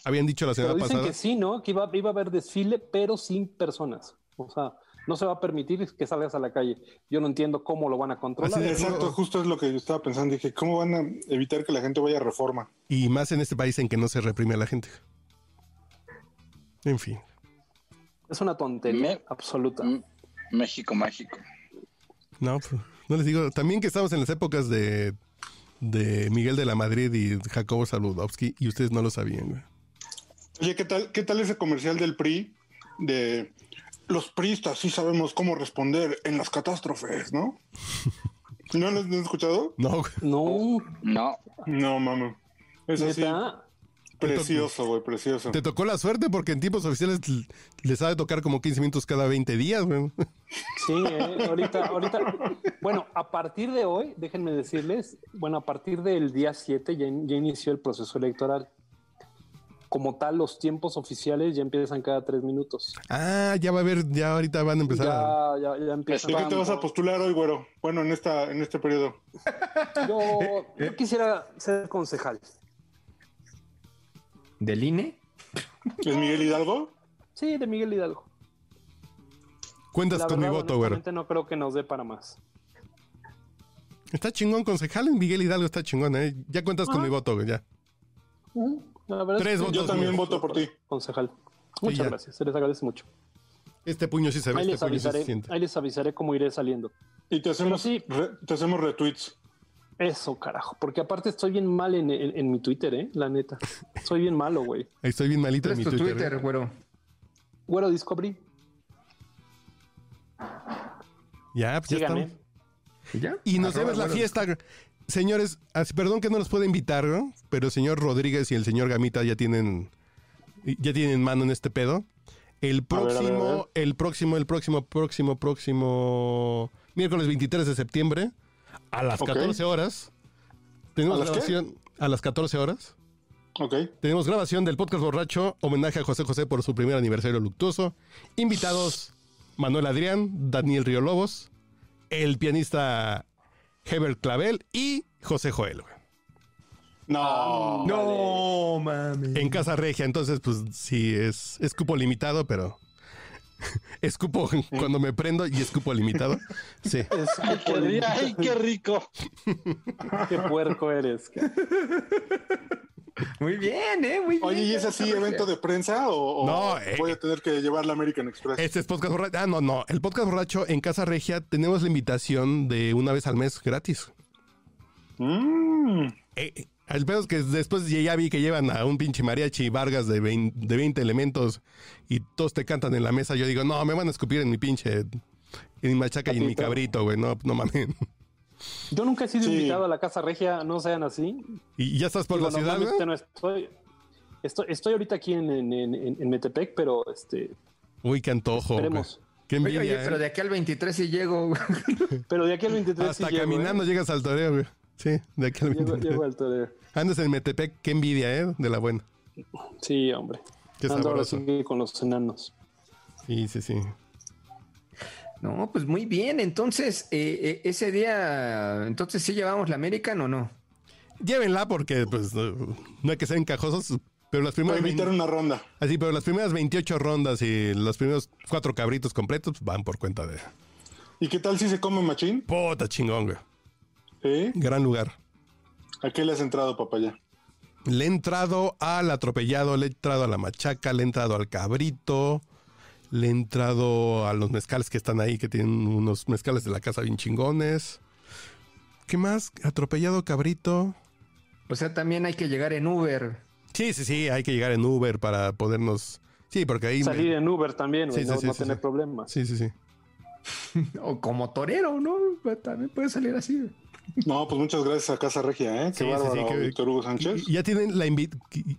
A: habían dicho la
B: Pero
A: semana
B: dicen
A: pasada.
B: que sí, ¿no? Que iba, iba a haber desfile, pero sin personas. O sea, no se va a permitir que salgas a la calle. Yo no entiendo cómo lo van a
A: Así
B: controlar.
A: de-
G: Exacto, justo es lo que yo estaba pensando. Dije, ¿cómo van a evitar que la gente vaya a reforma?
A: Y más en este país en que no se reprime a la gente. En fin.
B: Es una tontería
C: Me-
B: absoluta.
C: Mm, México mágico.
A: No, pues, no les digo. También que estamos en las épocas de, de Miguel de la Madrid y Jacobo Saludowski, y ustedes no lo sabían, güey.
G: Oye, ¿qué tal, qué tal ese comercial del PRI? De los priistas sí sabemos cómo responder en las catástrofes,
B: (laughs)
G: ¿no? ¿No lo has escuchado?
A: No, güey.
B: No,
C: No,
G: No, mami. Es así.
B: neta.
G: Precioso, güey, precioso.
A: Te tocó la suerte porque en tiempos oficiales l- les ha de tocar como 15 minutos cada 20 días, güey.
B: Sí, eh, ahorita, ahorita. Bueno, a partir de hoy, déjenme decirles, bueno, a partir del día 7 ya, in- ya inició el proceso electoral. Como tal, los tiempos oficiales ya empiezan cada tres minutos.
A: Ah, ya va a haber, ya ahorita van a empezar. a-
B: Ya, ya, ya empiezan.
G: ¿De qué te vas a postular hoy, güero? Bueno, en esta, en este periodo. Eh,
B: Yo, yo quisiera ser concejal.
D: ¿Del INE?
G: ¿Es Miguel Hidalgo?
B: Sí, de Miguel Hidalgo.
A: Cuentas
B: La
A: con
B: verdad,
A: mi voto, güey.
B: honestamente, no creo que nos dé para más.
A: Está chingón, concejal. Miguel Hidalgo está chingón, ¿eh? Ya cuentas con
B: Ajá.
A: mi voto, güey, ya.
B: La verdad
A: Tres
B: es que-
A: votos.
G: Yo también
A: güey.
G: voto por ti.
B: Concejal.
A: ya.
B: Muchas gracias, se les agradece mucho.
A: Este puño sí se ve, este
B: Ahí les,
A: puño sí se
B: avisaré,
A: siente.
B: ahí les avisaré cómo iré saliendo.
G: Y te hacemos,
B: sí.
G: re- te hacemos retweets.
B: Eso, carajo. Porque aparte estoy bien mal en, en- en mi Twitter, ¿eh? La neta. Soy bien malo, güey.
A: Ahí estoy bien malito
D: ¿Cuál
A: en
D: es
A: mi
D: tu
A: Twitter.
D: Twitter,
A: ¿eh?
D: güero?
B: Güero Discovery,
A: Ya, pues ya
B: síganme.
A: estamos.
D: ¿Y ya?
A: Y nos
D: Arroba
A: debes la
D: güero.
A: fiesta. güey. Señores, así- perdón que no los pueda invitar, ¿no? Pero el señor Rodríguez y el señor Gamita ya tienen ya tienen mano en este pedo. El
G: A ver, a ver, a
A: próximo,
G: ver.
A: el próximo, el próximo, próximo, próximo miércoles 23 de septiembre a las
G: Ok.
A: 14 horas. Tenemos
G: ¿A las qué?
A: grabación a las 14 horas.
G: Ok.
A: Tenemos grabación del podcast borracho, homenaje a José José por su primer aniversario luctuoso. Invitados Manuel Adrián, Daniel Río Lobos, el pianista Heber Clavel y José Joel. güey.
B: Ah.
G: No.
D: No, mami.
A: En Casa Regia, entonces, pues sí, es, es cupo limitado, pero... (laughs) Es cupo cuando me prendo y es cupo limitado. Sí.
B: Es-
C: ay, qué, ri- ay, qué rico.
B: qué puerco eres. cara.
D: Muy bien, ¿eh? Muy bien.
G: Oye, ¿y es así evento de prensa o, o
A: No, eh.
G: voy a tener que llevar la American Express?
A: Este es podcast borracho. Ah, no, no. El podcast borracho en Casa Regia tenemos la invitación de una vez al mes gratis.
G: Mm.
A: Eh, eh, el pedo es que después ya- ya vi que llevan a un pinche mariachi Vargas de 20, de 20 elementos y todos te cantan en la mesa. Yo digo, no, me van a escupir en mi pinche. En mi machaca y en mi
B: Patito.
A: cabrito, güey. No, no mames. (laughs)
B: Yo nunca he sido
G: Sí.
B: invitado a la Casa Regia, no sean así.
A: Y ya estás por
B: Digo,
A: la ciudad,
B: normalmente
A: güey.
B: no estoy, estoy, estoy ahorita aquí en, en, en- en- en Metepec, pero este,
A: Uy, qué antojo. güey.
B: esperemos.
A: Qué
D: Oye,
A: envidia.
D: oye,
A: ¿eh?
D: pero de aquí al 23 sí llego. (laughs) güey.
B: Pero de aquí al 23 sí
A: Hasta
B: llego, ¿eh?
A: caminando llegas al toreo, güey. Sí, de aquí al
B: Llego,
A: 23.
B: llego al toreo.
A: Andas en Metepec, qué envidia, ¿eh? De la buena.
B: Sí, hombre.
A: Qué
B: Ando ahora
A: sabroso.
B: sí con los enanos.
A: Sí, sí, sí.
D: No, pues muy bien. Entonces, eh, eh, ese día, entonces sí llevamos la American o no?
A: Llévenla porque, pues, no no hay que ser encajosos. Pero las
G: Voy a
A: primeras.
G: invitar una ronda.
A: Así, pero las primeras 28 rondas y los primeros cuatro cabritos completos pues, van por cuenta de.
G: ¿Y qué tal si se come machín?
A: Puta chingón, güey.
G: ¿Eh?
A: Gran lugar.
G: ¿A qué le has entrado, papaya?
A: Le he entrado al atropellado, le he entrado a la machaca, le he entrado al cabrito, le he entrado a los mezcales que están ahí, que tienen unos mezcales de la casa bien chingones. ¿Qué más? Atropellado cabrito.
D: O sea, también hay que llegar en Uber.
A: Sí, sí, sí, hay que llegar en Uber para podernos. Sí, porque ahí. me-
B: Salir en Uber también, güey,
A: Sí,
B: no,
A: sí, sí,
B: no
A: sí,
B: tener
A: sí.
B: problemas.
A: Sí, sí, sí.
D: O como torero, ¿no? También puede salir así.
G: No, pues muchas gracias a Casa Regia, ¿eh? Qué
A: Sí, sí,
G: bárbaro,
A: sí, qué-
G: Víctor Hugo Sánchez.
A: Y- y ya tienen la invi-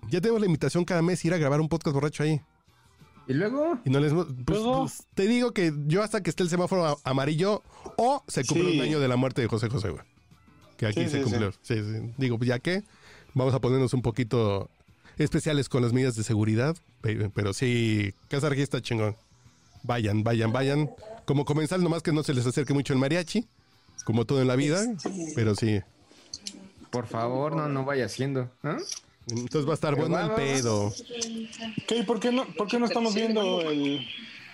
A: ya tenemos la invitación cada mes ir a grabar un podcast borracho ahí.
D: Y luego,
A: Y no les. pues,
C: Luego-
A: pues, te digo que yo hasta que esté el semáforo a- amarillo o se cumple
G: Sí.
A: un año de la muerte de José José, güey. Que aquí
G: Sí,
A: se
G: sí,
A: cumplió. Sí, sí. Digo, pues, ya que vamos a ponernos un poquito especiales con las medidas de seguridad. pe- Pero sí, Casa Argista chingón. Vayan, vayan, vayan. Como comensal, nomás que no se les acerque mucho el mariachi. Como todo en la vida. Pero sí.
D: por favor, no, no vaya haciendo. ¿ah? ¿no?
A: Entonces va a estar
D: Pero
A: bueno el
D: vamos.
A: pedo.
G: ¿Qué? ¿Por qué no, por qué no estamos viendo el,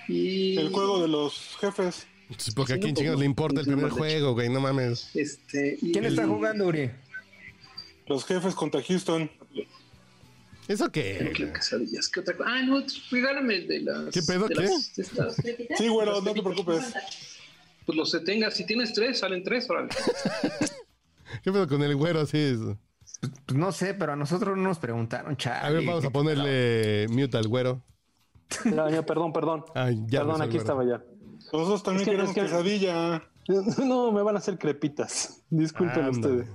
H: Y
G: el juego de los jefes?
A: Sí, Porque a
H: Sí,
A: quién
H: no,
A: chingados
H: no,
A: le importa el
H: no,
A: primer
H: no, de hecho.
A: juego, güey. No mames.
H: este. y
D: ¿Quién
H: el-
D: está jugando, Uri?
G: Los jefes contra Houston.
A: ¿Eso
H: Pero
A: qué?
H: quiero quesadillas. ¿Qué otra cosa? Ah, no, regálame de las.
A: ¿Qué pedo,
H: de
A: qué?
H: las- de estas-
G: Sí, güero, no te preocupes.
H: pues los que tengas. Si tienes tres, salen tres, órale.
A: ¿Qué pedo con el güero así? es?
D: Pues, pues no sé, pero a nosotros no nos preguntaron, Charlie.
A: A ver, vamos a ponerle mute al güero.
B: No, no, perdón, perdón.
A: Ay, Ah, ya
B: perdón,
A: me
B: aquí
A: salvaron.
B: estaba ya.
G: Nosotros también
B: Es que-
G: queremos
B: es que-
G: quesadilla.
B: (laughs) No, me van a hacer crepitas. Disculpen
A: Ándale.
B: ustedes.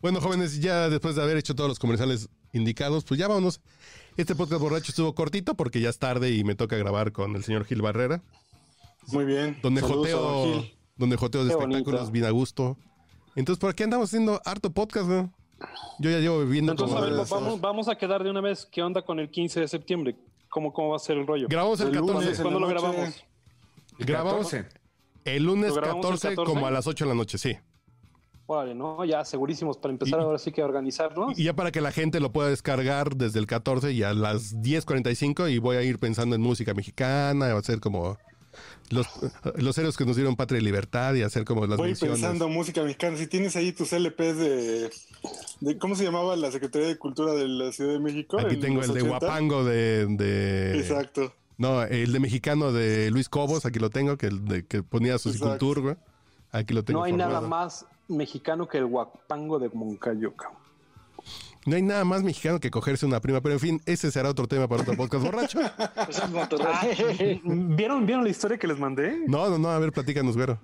A: Bueno, jóvenes, ya después de haber hecho todos los comerciales indicados, pues ya vámonos. Este podcast borracho estuvo cortito porque ya es tarde y me toca grabar con el señor Gil Barrera.
G: Muy bien.
A: Donde
G: Saludos a
A: joteo,
G: Gil.
A: donde joteo de
B: Qué
A: espectáculos
B: bonito.
A: bien a gusto. Entonces, ¿por qué andamos haciendo harto podcast, güey? Yo ya llevo viviendo
B: Entonces, a
A: como...
B: ver,
G: Vamos.
B: vamos, vamos a quedar de una vez. ¿Qué onda con el 15 de septiembre? ¿Cómo, cómo va a ser el rollo?
A: Grabamos el
G: El lunes,
A: 14.
G: en la
B: ¿Cuándo lo
G: noche.
B: grabamos?
A: Grabamos
D: 14.
A: el lunes
B: ¿Lo grabamos el
A: 14 como
B: 14?
A: a las 8 de la noche, sí.
B: Órale, ¿no? Ya segurísimos para empezar
A: Y-
B: ahora sí que a organizarnos.
A: Y ya para que la gente lo pueda descargar desde el 14 y a las 10.45 y voy a ir pensando en música mexicana, va a ser como los, los héroes que nos dieron patria y libertad y hacer como las
G: Voy
A: menciones.
G: pensando música mexicana. Si tienes ahí tus LPs de, de- ¿Cómo se llamaba la Secretaría de Cultura de la Ciudad de México?
A: Aquí
G: en
A: tengo
G: los
A: el de eh,
G: 80.
A: Huapango de, de-
G: Exacto.
A: No, el de mexicano de Luis Cobos, aquí lo tengo, que, el de- que ponía su
G: Exacto.
A: cultura, güey. Aquí lo tengo.
B: no hay nada
A: formado.
B: más mexicano que el guapango de Moncayoca. (laughs)
A: No hay nada más mexicano que cogerse una prima, pero en fin, ese será otro tema para otro
G: (laughs)
A: podcast borracho.
C: Pues es Monterrey.
B: ¿Vieron, ¿Vieron la historia que les mandé?
A: No, no, no, a ver, platícanos, güero.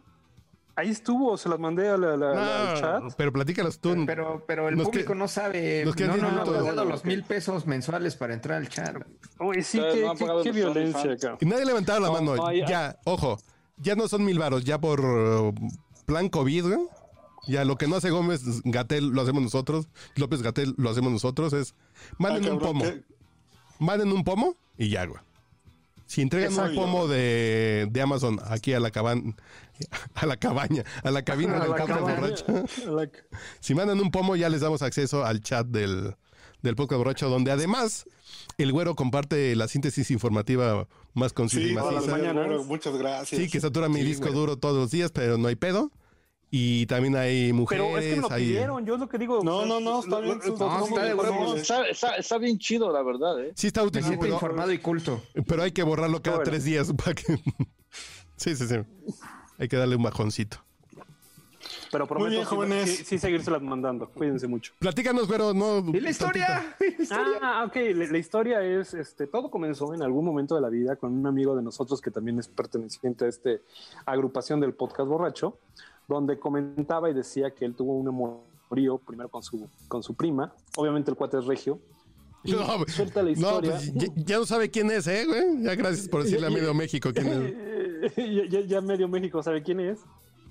B: Ahí estuvo, se las mandé a la- la- la- al
A: No,
B: chat.
A: pero platícalos tú.
D: Pero, pero el
A: Nos Mm.
D: público
A: que-
D: no sabe.
A: nos quedan
D: no,
A: diez
D: no, no,
A: minutos.
D: han dado los mil pesos mensuales para entrar al chat.
B: Uy, sí,
C: Ustedes
B: qué,
C: no han
B: qué-
C: pagado
B: qué
C: los
B: violencia,
C: OnlyFans.
B: cabrón.
A: Y nadie levantaba la
B: No,
A: mano.
B: no hay-
A: ya, ojo, ya no son mil varos, ya por eh, plan COVID, güey. Ya lo que no hace Gómez Gatel lo hacemos nosotros, López Gatel lo hacemos nosotros, es manden
G: Ah,
A: un
G: cabrón,
A: pomo,
G: ¿qué?
A: manden un pomo y ya, güey. Si entregan un
G: Exacto.
A: pomo de, de Amazon aquí a la cabaña, a la cabaña, a la cabina
D: A
A: del
D: la
A: podcast
D: cabaña.
A: borracho.
B: (laughs) A la-
A: Si mandan un pomo, ya les damos acceso al chat del, del podcast borracho, donde además el güero comparte la síntesis informativa más concisa
G: Sí,
A: y más
G: para las
B: mañana.
G: mañanas. Bueno, Muchas gracias.
A: Sí, que satura mi
D: Sí,
A: disco
D: güey.
A: duro todos los días, pero no hay pedo. Y también hay mujeres.
B: Pero es que me lo
A: hay-
B: pidieron, yo es lo que digo.
G: No,
B: o sea,
G: no, no, está
B: lo-
G: bien.
B: lo-
G: sus-
D: no,
G: sus-
D: está de
G: sus-
D: huevos.
G: sus-
C: está, está, está bien chido, la verdad, ¿eh?
A: Sí, está
D: Me
A: útil,
D: siento
A: pero,
D: informado y culto.
A: pero hay que borrarlo cada
B: Bueno.
A: tres días. para que- (laughs) sí, sí, sí. Hay que darle un bajoncito.
B: Pero prometo
G: bien,
B: sí-
G: jóvenes.
B: sí- sí seguirse las mandando. Cuídense mucho.
A: Platícanos, güero. No,
D: (laughs) ¿Y la historia?
B: Ah, ok. La, la historia es, este, todo comenzó en algún momento de la vida con un amigo de nosotros que también es perteneciente a esta agrupación del podcast borracho, donde comentaba y decía que él tuvo un amorío primero con su, con su prima. Obviamente el cuate es regio. Y
A: No, güey.
B: suelta la
A: No,
B: historia.
A: pues, ya, ya no sabe quién es, ¿eh, güey? Ya gracias por decirle a medio México quién
B: (laughs)
A: es.
B: ya, ya- ya medio México sabe quién es.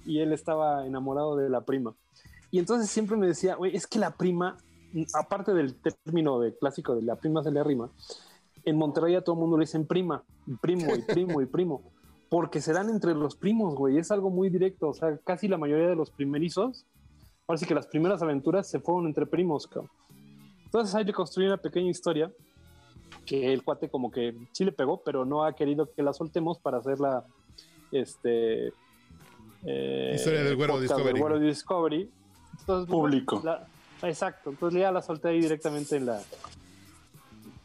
B: Y él estaba enamorado de la prima. Y entonces siempre me decía, güey, es que la prima, aparte del término de clásico de la prima se le arrima, en Monterrey a todo el mundo le dicen prima, y primo, y primo, y primo. Porque se dan entre los primos, güey. Es algo muy directo. O sea, casi la mayoría de los primerizos, ahora sí que las primeras aventuras se fueron entre primos, cabrón. Entonces ahí le construí una pequeña historia que el cuate como que sí le pegó, pero no ha querido que la soltemos para hacerla, este... eh,
A: Historia del güero
B: podcast
A: Discovery.
B: güero Discovery. Entonces, pues,
G: Público.
B: la- exacto, entonces ya la solté ahí directamente en la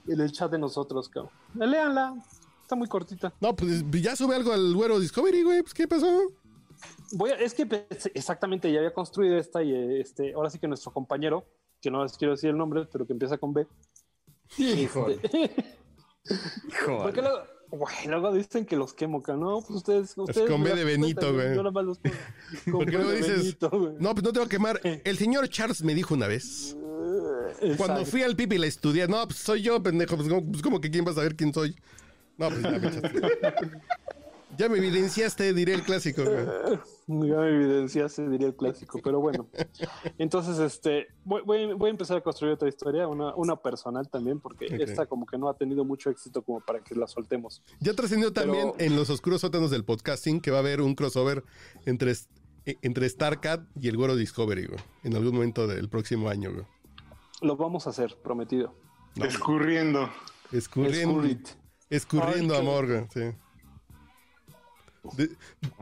B: en el chat de nosotros, cabrón. Leanla, está muy cortita.
A: No, pues ya sube algo al güero Discovery, güey. Pues, ¿qué pasó?
B: Voy a- es que pues, exactamente ya había construido esta y eh, este, ahora sí que nuestro compañero, que no les quiero decir el nombre, pero que empieza con B.
D: Híjole.
B: Porque
D: Híjole.
B: luego, güey, luego dicen que los quemo, cabrón. No, pues ustedes. ustedes
A: con B
B: me
A: de
B: las
A: Benito,
B: cuentan,
A: güey.
B: Yo nada más los pongo
A: (laughs)
B: con
A: Porque
B: B
A: luego
B: de
A: dices,
B: Benito, güey.
A: No, pues no te voy a quemar. El señor Charles me dijo una vez.
B: Exacto.
A: Cuando fui al pipi la estudié, no, pues soy yo, pendejo, pues como, que quién va a saber quién soy. No, pues ya me
B: (laughs)
A: echaste. Ya me evidenciaste, diré el clásico. güey.
B: Ya me evidenciaste, diría el clásico, pero bueno. Entonces, este, voy, voy- voy a empezar a construir otra historia, una, una personal también, porque
A: Ok.
B: esta como que no ha tenido mucho éxito como para que la soltemos.
A: Ya trascendió también
B: Pero-
A: en los oscuros sótanos del podcasting que va a haber un crossover entre, es- eh, entre StarCat y el Güero Discovery, güey, En algún momento del próximo año, güey.
B: Lo vamos a hacer, prometido.
A: No,
G: Escurriendo.
A: Escurriendo,
B: Scurrit.
A: escurriendo
B: Ay, qué-
A: amor, güey, sí. De-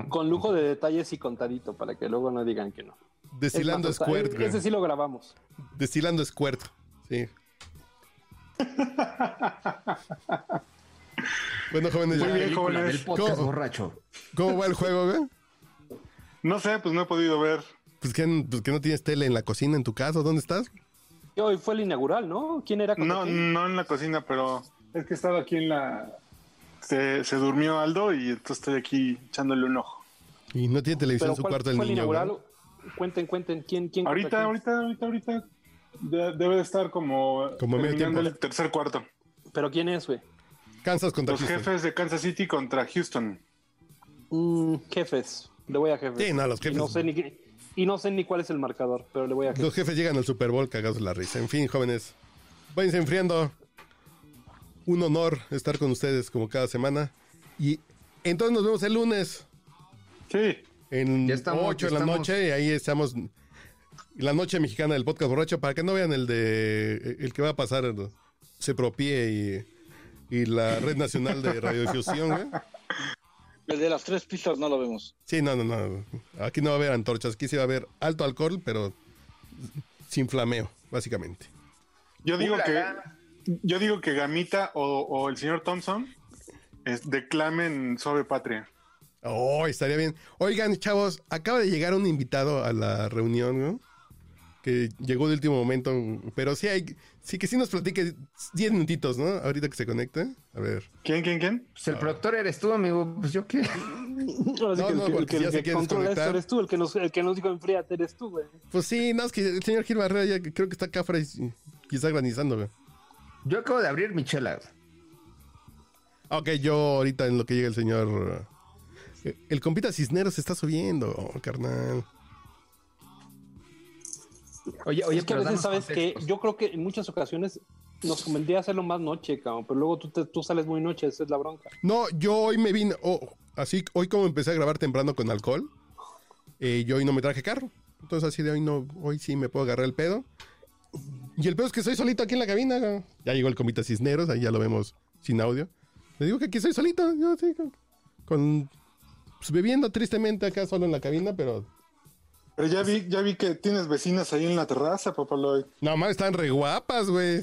B: Con lujo de detalles y contadito, para que luego no digan que no. Es
A: destilando
B: más, hasta- e-
A: Squirt, güey.
B: Ese sí lo grabamos.
A: Destilando Squirt,
B: (laughs)
A: sí. bueno, jóvenes,
G: Muy
A: ya.
G: bien,
D: Película
G: jóvenes.
D: del podcast
A: ¿Cómo?
D: borracho.
A: ¿cómo va el juego, güey?
G: No sé, pues no he podido ver.
A: Pues que, pues que no tienes tele en la cocina, en tu casa, ¿dónde estás?
B: Y hoy fue el inaugural, ¿no? ¿Quién era? contra
G: No,
B: quién?
G: no en la cocina, pero es que estaba aquí en la. Se, se durmió Aldo y entonces estoy aquí echándole un ojo.
A: Y no tiene televisión
B: Pero
A: en su
B: ¿cuál
A: cuarto el
B: fue el
A: niño. güey.
B: inaugural? Cuenten, cuenten. ¿Quién, quién contra
G: Ahorita,
B: quién?
G: ahorita, ahorita, ahorita. de- debe de estar como.
A: Como medio
G: terminando
A: tiempo.
G: el tercer cuarto.
B: ¿Pero quién es, güey?
A: Kansas contra
G: Los
A: Houston.
G: jefes de Kansas City contra Houston.
B: Mm, jefes. Le voy a jefes.
A: Sí, no, los jefes.
B: Y no, sé ni, qué- y no sé ni cuál es el marcador, pero le voy a
A: Los jefes llegan al Super Bowl cagados de la risa. En fin, jóvenes, váyanse enfriando. Un honor estar con ustedes como cada semana. Y entonces nos vemos el lunes
G: Sí.
A: en
D: Ya estamos,
A: 8 de
D: ya
A: la
D: estamos.
A: noche. Y ahí estamos. La noche mexicana del podcast borracho para que no vean el de el que va a pasar el- se propie y, y la red nacional de radiodifusión. güey.
C: El de las tres pistas no lo vemos.
A: Sí, no, no, no. Aquí no va a haber antorchas. Aquí sí va a haber alto alcohol, pero sin flameo, básicamente.
G: Yo digo
D: Ulala.
G: que. Yo digo que Gamita o, o el señor Thompson es- declamen Suave Patria.
A: Oh, estaría bien. Oigan, chavos, acaba de llegar un invitado a la reunión, ¿no? Que llegó de último momento, pero sí hay, sí que sí nos platique 10 minutitos, ¿no? Ahorita que se conecta. A ver.
G: ¿Quién, quién, quién?
D: Pues el productor eres tú, amigo. Pues yo qué.
B: Ahora sí
A: No,
B: que el
A: no,
B: que- el
A: porque
B: que,
A: ya
B: el
A: se
B: que
A: quiere
B: controla esto
A: desconectar.
B: eres tú, el que nos, el que nos dijo enfríate eres tú, güey.
A: Pues sí, no, es que el señor Gil Barrera ya creo que está acá fuera y y está granizando, güey.
D: Yo acabo de abrir mi chela.
A: Ok, yo ahorita en lo que llega el señor. eh, El compita Cisneros se está subiendo, oh, carnal.
D: Oye, oye,
B: es que a
D: pero
B: veces sabes
D: danos
B: que
D: contextos.
B: yo creo que en muchas ocasiones nos convendría hacerlo más noche, cabrón, pero luego tú, te- tú sales muy noche, esa es la bronca.
A: No, yo hoy me vine, oh, así, hoy como empecé a grabar temprano con alcohol, eh, yo hoy no me traje carro. Entonces así de hoy no, hoy sí me puedo agarrar el pedo. Y el pedo es que soy solito aquí en la cabina. ¿no? Ya llegó el comita Cisneros, ahí ya lo vemos sin audio. Le digo que aquí soy solito, yo así con, con- pues, bebiendo tristemente acá solo en la cabina, pero
G: Pero ya vi, ya vi que tienes vecinas ahí en la terraza, papá Lloyd.
A: no mames, están re guapas, güey.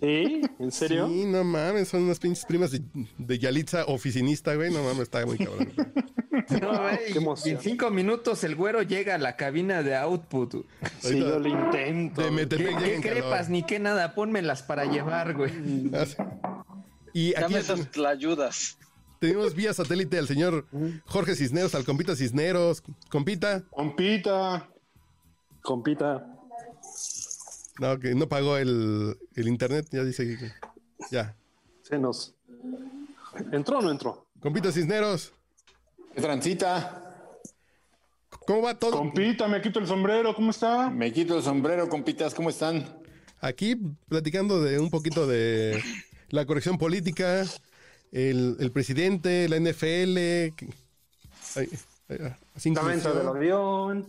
B: ¿Sí? ¿En serio?
A: Sí, no mames, son unas pinches primas de, de Yalitza oficinista, güey. No mames, está muy cabrón. güey.
D: No, (laughs) güey,
B: qué
D: y- y
B: emoción.
D: en cinco minutos el güero llega a la cabina de output.
B: (laughs) Sí, yo lo intento.
A: De
D: ¿Qué,
A: Metepec llega
D: qué
A: en
D: crepas
A: calor.
D: ni qué nada? Pónmelas para llevar, güey.
A: Así. Y aquí
C: Dame
A: ya
C: esas
A: ten-
C: tlayudas.
A: tenemos vía satélite al señor Jorge Cisneros, al compita Cisneros. Compita,
G: Compita.
B: Compita.
A: no, que no pagó el, el internet, ya dice que- Ya.
B: Se nos. ¿Entró o no entró?
A: Compita Cisneros,
I: ¿Qué transita?
A: ¿cómo va todo?
G: Compita, me quito el sombrero, ¿cómo está?
I: Me quito el sombrero, compitas, ¿cómo están?
A: Aquí platicando de un poquito de la corrección política, el, el presidente, la NFL. que- ay, ay, ah, así
B: La venta del
A: inclusión,
B: avión,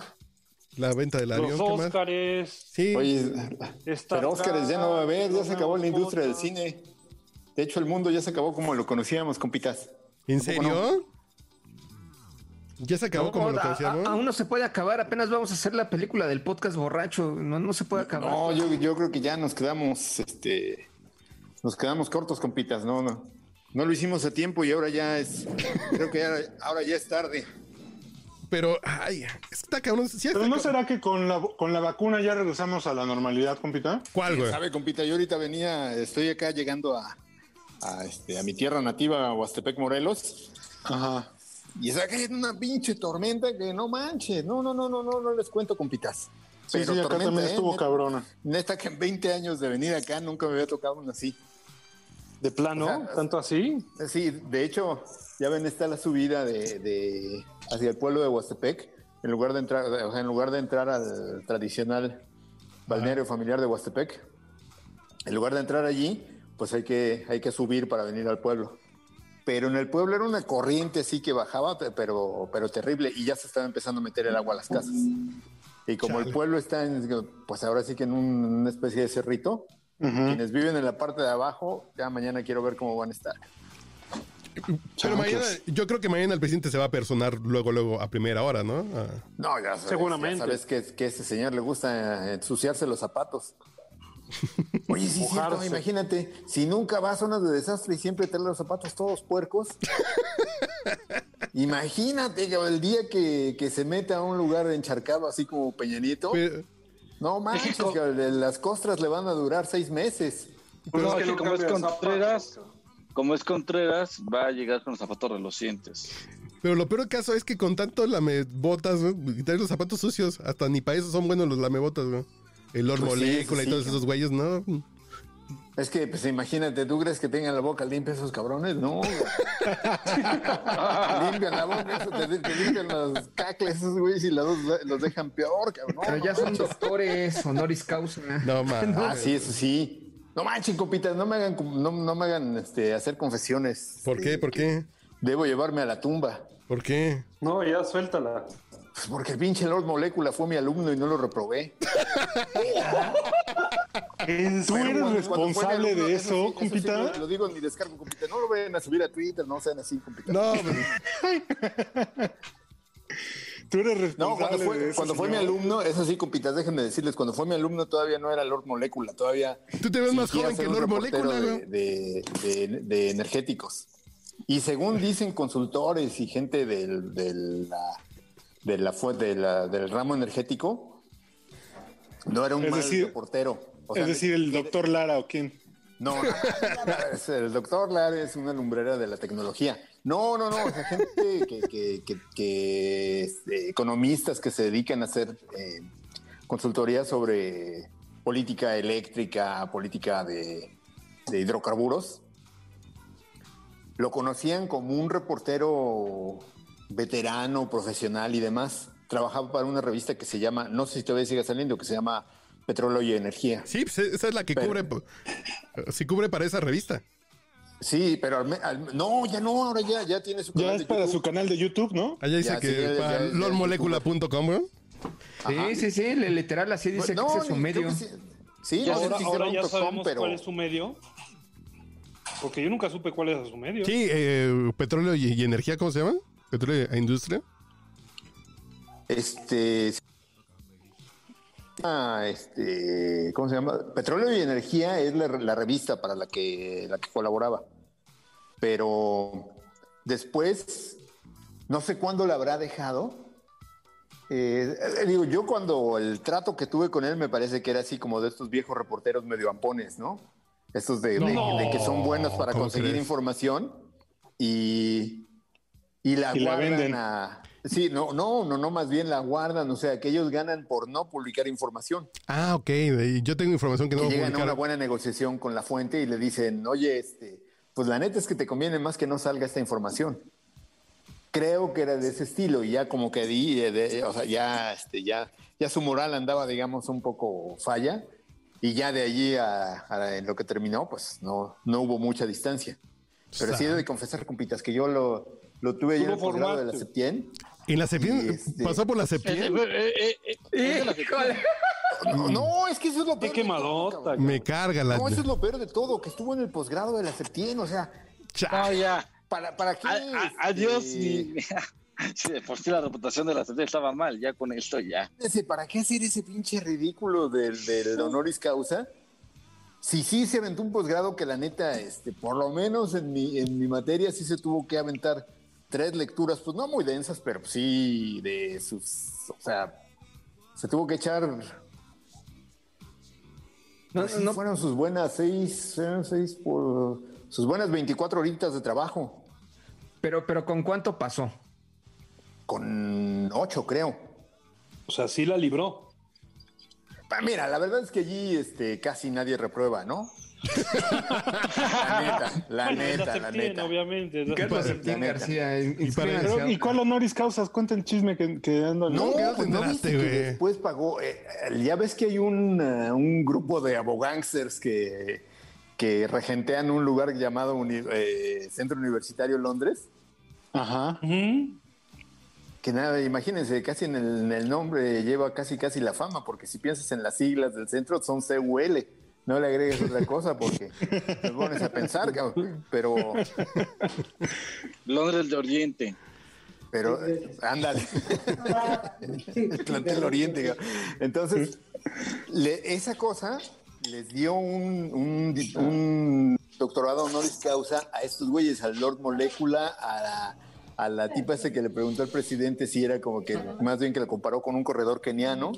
A: la venta del avión.
B: los
A: ¿qué más?
B: Óscares.
A: Sí,
I: Oye, pero Óscares ya no va a haber, ya se acabó la industria del cine. De hecho, el mundo ya se acabó como lo conocíamos, compitas.
A: ¿en
I: ¿a poco
A: serio? Ya se acabó
D: No, Ah,
A: como lo
D: a-
A: conocíamos.
D: a- aún no se puede acabar, apenas vamos a hacer la película del podcast borracho. No, no se puede acabar.
I: No, yo, yo creo que ya nos quedamos, este, nos quedamos cortos, compitas, no, no. No lo hicimos a tiempo y ahora ya es, creo que ya- ahora ya es tarde.
A: Pero, ay, es que está cabrón. sí está
G: Pero no
A: ca-
G: será que con la, con la vacuna ya regresamos a la normalidad, compita?
A: ¿Cuál, güey?
I: Sabe, compita, yo ahorita venía, estoy acá llegando a, a, este, a mi tierra nativa, Huastepec, Morelos.
G: Ajá.
I: Y está cayendo una pinche tormenta que no manches. No, no, no, no, no, no les cuento, compitas.
G: Sí, sí, acá también
I: ¿eh?
G: estuvo
I: Neta-
G: cabrona.
I: Neta que en 20 años de venir acá nunca me había tocado una así.
B: De plano,
I: O sea,
B: tanto así.
I: Sí, de hecho, ya ven, está la subida de, de- hacia el pueblo de Huastepec, en lugar de entrar, o sea, en lugar de entrar al tradicional balneario familiar de Huastepec, en lugar de entrar allí, pues hay que, hay que subir para venir al pueblo. Pero en el pueblo era una corriente sí que bajaba, pe- pero, pero terrible, y ya se estaba empezando a meter el agua a las casas. Y como el pueblo está en, pues ahora sí que en un- una especie de cerrito,
G: Ujú.
I: quienes viven en la parte de abajo, ya mañana quiero ver cómo van a estar.
A: Pero mañana, yo creo que mañana el presidente se va a personar luego, luego a primera hora, ¿no? Ah.
I: No, ya sabes,
B: Seguramente.
I: ya sabes que, que a ese señor le gusta eh, ensuciarse
B: (laughs)
I: los zapatos. Oye, sí, cierto,
B: Mojarse.
I: imagínate, si nunca va a zonas de desastre y siempre trae los zapatos todos
B: (laughs)
I: puercos. imagínate que el día que, que se mete a un lugar encharcado así como Peña Nieto,
A: Pero-
I: no manches, que de las costras le van a durar seis meses.
C: Pues
G: No,
C: es que
G: yo
C: como es
G: cambio de
C: Contreras,
G: zapatos, cabrón.
C: como es Contreras, va a llegar con los zapatos relucientes.
A: Pero lo peor caso es que con tanto lamebotas, güey, y traes los zapatos sucios, hasta ni para eso son buenos los lamebotas, güey. El Lord
I: Pues sí,
A: Molécula
I: sí,
A: y todos
I: sí.
A: esos güeyes, ¿no?
I: (laughs) Es que, pues imagínate, ¿tú crees que tengan la boca limpia esos cabrones? No. güey. limpian la boca, eso te, te limpian los cacles esos güeyes y los, los dejan peor, cabrón.
D: Pero
I: No
D: ya son
I: manches.
D: doctores, honoris causa.
A: No, man.
I: Ah, sí, eso sí. No manchen, copitas, no me hagan, no, no me hagan este, hacer confesiones.
A: ¿Por qué? ¿Por qué?
I: Debo llevarme a la tumba.
A: ¿Por qué?
B: No, ya suéltala.
I: Pues porque el pinche Lord Molécula fue mi alumno y no lo reprobé.
G: ¿Tú
I: Pero
G: eres
I: cuando- cuando fue mi
G: responsable
I: alumno,
G: de eso,
I: sí,
G: compita?
I: sí lo, lo digo en mi descargo, compita. No lo vayan a subir a Twitter, no sean así,
A: (laughs)
I: compita.
A: No, pues,
G: Tú eres responsable.
I: No, cuando
G: Pues de
I: fue,
G: eso,
I: cuando fue mi
G: señor.
I: alumno, eso sí, compitas, déjenme decirles, cuando fue mi alumno todavía no era Lord Molécula, todavía.
A: Tú te ves más
I: fingía
A: joven que
I: ser un
A: Lord
I: reportero
A: Molécula,
I: de,
A: güey.
I: de- de- de energéticos. Y según dicen consultores y gente del, del, la- de la, fue- de la- del ramo energético, no era un
G: Es
I: mal
G: decir-
I: reportero. O sea,
G: Es decir, el doctor Lara o quién.
I: no, no, no, no, es el doctor Lara es una lumbrera de la tecnología. No, no, no, o sea, gente que, que- que- que, este, economistas que se dedican a hacer eh, consultoría sobre política eléctrica, política de, de hidrocarburos, lo conocían como un reportero veterano, profesional y demás. Trabajaba para una revista que se llama, no sé si todavía sigue saliendo, que se llama Petróleo y Energía.
A: Sí, pues esa es la que
I: Pero-
A: cubre. po- Sí, cubre para esa revista.
I: Sí, pero al me- al- no, ya no, ahora ya, ya tiene su
G: Ya
I: canal
G: es
I: de
G: para
I: YouTube.
G: su canal de YouTube, ¿no?
A: Allá dice
I: Ya,
A: que
I: sí, ya, ya,
A: para
I: ya, ya,
A: lordmolecula.com, güey.
D: Sí, sí, sí, le- literal así dice
I: Pues No,
D: que ese es su
I: ni- creo
D: medio.
I: que Sí, sí
C: Ya
I: no sé
C: ahora-
I: si será
J: Ahora
I: un
J: ya
I: tostón,
J: sabemos
I: pero
J: cuál es su medio. Porque yo nunca supe cuál es su medio.
A: Sí, eh, petróleo y, y energía, ¿cómo se llama? Petróleo e industria.
I: este ah, este, ¿cómo se llama? Petróleo y Energía es la, la revista para la que la que colaboraba. Pero después no sé cuándo la habrá dejado. Eh, eh, digo, yo cuando el trato que tuve con él me parece que era así como de estos viejos reporteros medio ampones, ¿no? Estos de, de-
A: No.
I: de que son buenos para
A: ¿Cómo
I: conseguir
A: crees?
I: información y, y la
G: Y la
I: guardan
G: venden.
I: a- Sí, no, no, no, no, más bien la guardan, o sea, que ellos ganan por no publicar información.
A: Ah, ok. eh, Yo tengo información que no
I: Que
A: voy a
I: llegan a
A: publicar.
I: una buena negociación con la fuente y le dicen, oye, este, pues la neta es que te conviene más que no salga esta información. Creo que era de ese estilo y ya como que di, de- de- o sea, ya, este, ya, ya su moral andaba, digamos, un poco falla y ya de allí a, a en lo que terminó, pues no, no hubo mucha distancia. Pero sí he de confesar, compitas, que yo lo, lo tuve ya en el
J: Tuvo
I: posgrado de la
J: formato.
I: Septién.
A: Y la CEPIEN
I: Y este-
A: pasó por la
C: Eh,
A: CEPIEN.
C: eh, eh, eh, es de la que-
I: No, no, es que eso es lo
J: Qué
I: peor. de todo,
J: quemadota.
I: cabrón.
A: Me carga la.
I: No, eso es lo peor de todo, que estuvo en el posgrado de la Septién, o sea,
A: Cha-
C: No, ya.
I: ¿para, para qué?
C: A- a- adiós.
I: este,
C: mi- (laughs) Sí, de por sí la reputación de la serie estaba mal, ya con esto ya.
I: fíjense, ¿Para qué hacer ese pinche ridículo del, del honoris causa? Si sí se aventó un posgrado que la neta, este, por lo menos en mi, en mi materia sí se tuvo que aventar tres lecturas, pues no muy densas, pero sí de sus, o sea, se tuvo que echar
D: No,
I: Pues sí
D: no,
I: fueron sus buenas seis, fueron seis por sus buenas 24 horitas de trabajo,
D: pero, pero ¿con cuánto pasó?
I: con ocho creo.
J: O sea, sí la libró. (laughs)
I: Pa- Mira, la verdad es que allí este, casi nadie reprueba, ¿no? La neta, la
J: Bueno,
I: neta, la
J: Septién,
I: neta.
J: obviamente. es la
D: Carlos
J: Septién.
D: Septién Pues, García,
G: ¿Y, para-
D: inscríbanse
G: pero, ¿y
D: ahora.
G: cuál honoris causas? Cuenta el chisme que, que anda.
I: No,
A: ¿Qué te
I: pues, no
A: enteraste,
I: viste que
A: güey?
I: después pagó. eh, eh, ya ves que hay un, eh, un grupo de abogánsters que, que regentean un lugar llamado Uni- eh, Centro Universitario Londres.
G: Ajá.
J: Ujú.
I: Que nada, imagínense, casi en el, en el nombre lleva casi casi la fama, porque si piensas en las siglas del centro son CUL. No le agregues otra cosa porque te pones a pensar, cabrón. pero,
C: Londres de Oriente.
I: pero eh, ándale. Atlante del Oriente. cabrón. Entonces, le- esa cosa les dio un, un di- un doctorado honoris causa a estos güeyes, al Lord Molecula, a la, a la tipa ese que le preguntó al presidente si era como que, más bien que lo comparó con un corredor keniano,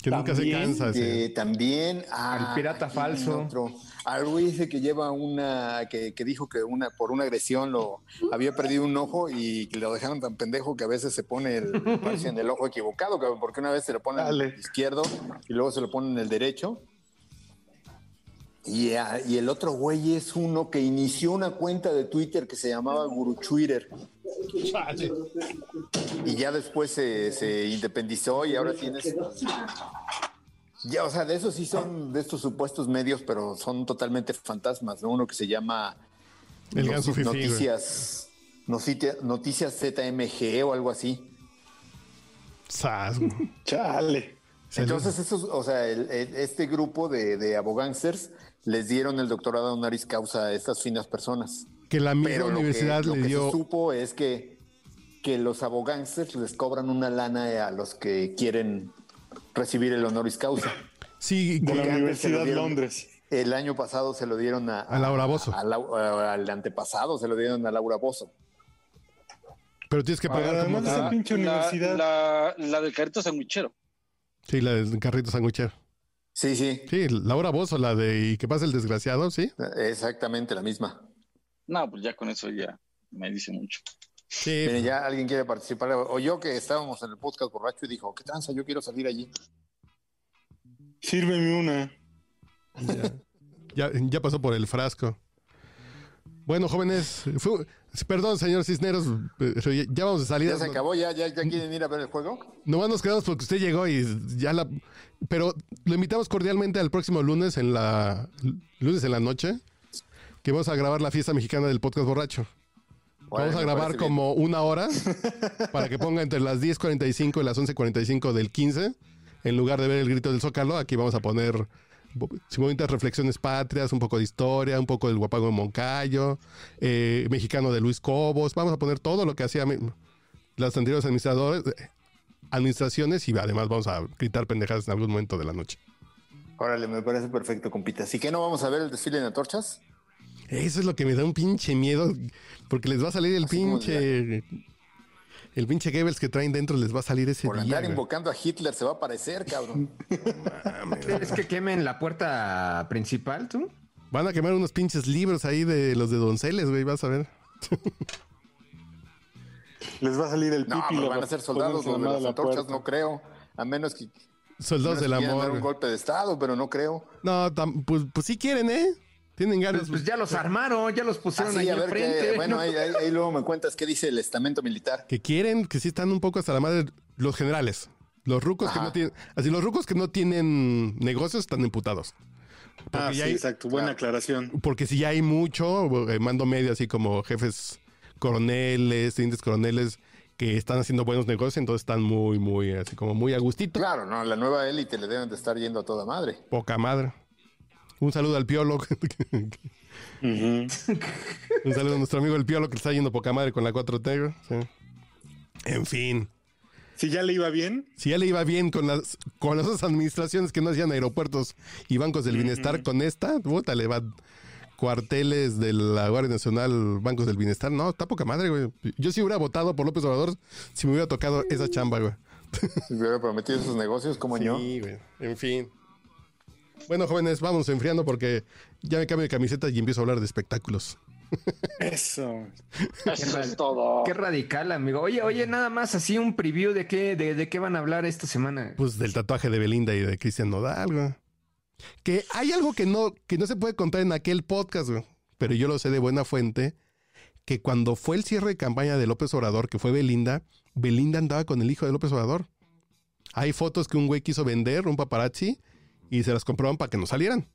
A: Que nunca se
J: También
A: cansa. sí.
I: que también a-
D: Al pirata
I: aquí
D: falso.
I: otro, al güey ese que lleva una, que, que dijo que una por una agresión lo había perdido un ojo y que lo dejaron tan pendejo que a veces se pone el parche en el ojo equivocado, cabrón, porque una vez se lo pone en
G: Dale.
I: el izquierdo y luego se lo pone en el derecho. Y, ah, y el otro güey es uno que inició una cuenta de Twitter que se llamaba Guru Twitter. Y ya después se, se independizó y ahora tienes ya, o sea, de esos sí son de estos supuestos medios, pero son totalmente fantasmas, ¿no? Uno que se llama
A: El
I: Nos-
A: ganso fifí, güey.
I: Noticias, Nocitia- Noticias ZMG o algo así.
A: Sas, güey.
G: Chale.
A: Se le-
I: Entonces, esos, o sea, el- el- este grupo de, de abogánsters les dieron el doctorado honoris causa a estas finas personas.
A: que la misma
I: Pero lo que,
A: universidad
I: lo
A: le
I: que
A: dio.
I: se supo es que, que los abogánsters les cobran una lana a los que quieren recibir el honoris causa.
A: Sí,
G: De la
I: Porque antes se lo
G: Universidad
I: dieron-
G: Londres.
I: El año pasado se lo dieron a,
A: A Laura Bozzo.
I: a Lau- a- al antepasado se lo dieron a Laura Bozo.
A: pero tienes que
I: Ah,
A: pagar como
G: Además de esa
A: tal.
G: pinche
C: Ah, La,
G: universidad.
C: la, la del carrito sandwichero.
A: Sí, la del carrito sanguchero.
I: Sí, sí,
A: Sí, Laura Bozo, la de ¿Y qué pasa el desgraciado? Sí.
I: exactamente la misma.
C: No, pues ya con eso ya me dice mucho.
A: Sí.
I: Miren, ya alguien quiere participar. O yo que estábamos en el podcast borracho y dijo, ¿qué tranza? Yo quiero salir allí.
G: Sírveme una.
A: Ya, ya pasó por el frasco. Bueno, jóvenes, fue- perdón, señor Cisneros, pero ya, ya vamos de salida.
I: Ya se acabó, ya, ya, ya quieren ir a ver el juego.
A: Nomás nos quedamos porque usted llegó y ya la. Pero lo invitamos cordialmente al próximo lunes en la. Lunes en la noche. Que vamos a grabar la fiesta mexicana del podcast borracho.
I: Órale,
A: vamos a
I: me
A: grabar
I: parece bien.
A: como una hora para que ponga entre las 10.45 y las 11.45 del 15. En lugar de ver el grito del Zócalo, aquí vamos a poner bo- bonitas reflexiones patrias, un poco de historia, un poco del guapago de Moncayo, eh, mexicano de Luis Cobos. Vamos a poner todo lo que hacía mi- las anteriores administradores, eh, administraciones y además vamos a gritar pendejadas en algún momento de la noche.
I: Órale, me parece perfecto, compita. Así que no vamos a ver el desfile de antorchas.
A: Eso es lo que me da un pinche miedo, porque les va a salir el
I: Así como
A: pinche... El pinche Goebbels que traen dentro les va a salir ese
I: Por
A: día,
I: andar
A: güey.
I: invocando a Hitler se va a aparecer, cabrón.
D: ¿Crees que quemen la puerta principal, tú?
A: Van a quemar unos pinches libros ahí de los de Donceles, güey, vas a ver.
G: (laughs) Les va a salir el pipi.
I: No,
G: y
I: pero
G: la-
I: van a ser soldados
G: pónganse
I: los de
G: la
I: las
G: mano a la
I: antorchas,
G: puerta.
I: no creo. A menos que
A: Soldados del
I: menos que quieran dar
A: amor.
I: un
A: güey.
I: golpe de estado, pero no creo.
A: No, tam- pues, pues sí quieren, ¿eh? Tienen ganas.
D: Pues, pues ya los armaron, ya los pusieron
I: Así,
D: ahí
I: a ver, qué-
D: enfrente.
G: (laughs)
I: bueno, eh.
D: ¿no?
I: ahí, ahí- ahí luego me cuentas qué dice el estamento militar.
A: que quieren, que sí están un poco hasta la madre los generales. Los rucos que
I: Ajá.
A: no tienen, así los rucos que no tienen negocios están emputados. Porque,
G: Ah, sí,
A: ya hay-
G: exacto. Buena aclaración.
A: porque si ya hay mucho, eh, mando medio así como jefes coroneles, tenientes coroneles que están haciendo buenos negocios, entonces están muy, muy, así como muy a gustito.
I: Claro, no, la nueva élite le deben de estar yendo a toda madre. (laughs)
A: Poca madre. Un saludo al Piolo. (laughs) Un saludo a nuestro amigo el Piolo que le está yendo poca madre con la 4T. güey. Sí. En fin.
G: Si ya le iba bien,
A: Si ya le iba bien con las, con las otras administraciones que no hacían aeropuertos y bancos del bienestar, con esta, puta, le va cuarteles de la Guardia Nacional, bancos del bienestar. No, está poca madre, güey. Yo sí hubiera votado por López Obrador si me hubiera tocado esa chamba, güey.
I: Si hubiera prometido esos negocios, como yo.
A: Sí, güey. En fin. Bueno, jóvenes, vamos enfriando porque ya me cambio de camiseta y empiezo a hablar de espectáculos.
G: eso.
C: Eso es todo.
D: Qué radical, amigo. Oye, oye, nada más así un preview de qué, de, de qué van a hablar esta semana.
A: Pues del tatuaje de Belinda y de Cristian Nodal, güey. Que hay algo que no, que no se puede contar en aquel podcast, güey, pero yo lo sé de buena fuente, que cuando fue el cierre de campaña de López Obrador, que fue Belinda, Belinda andaba con el hijo de López Obrador. Hay fotos que un güey quiso vender, un paparazzi, y se las compraban para que no salieran.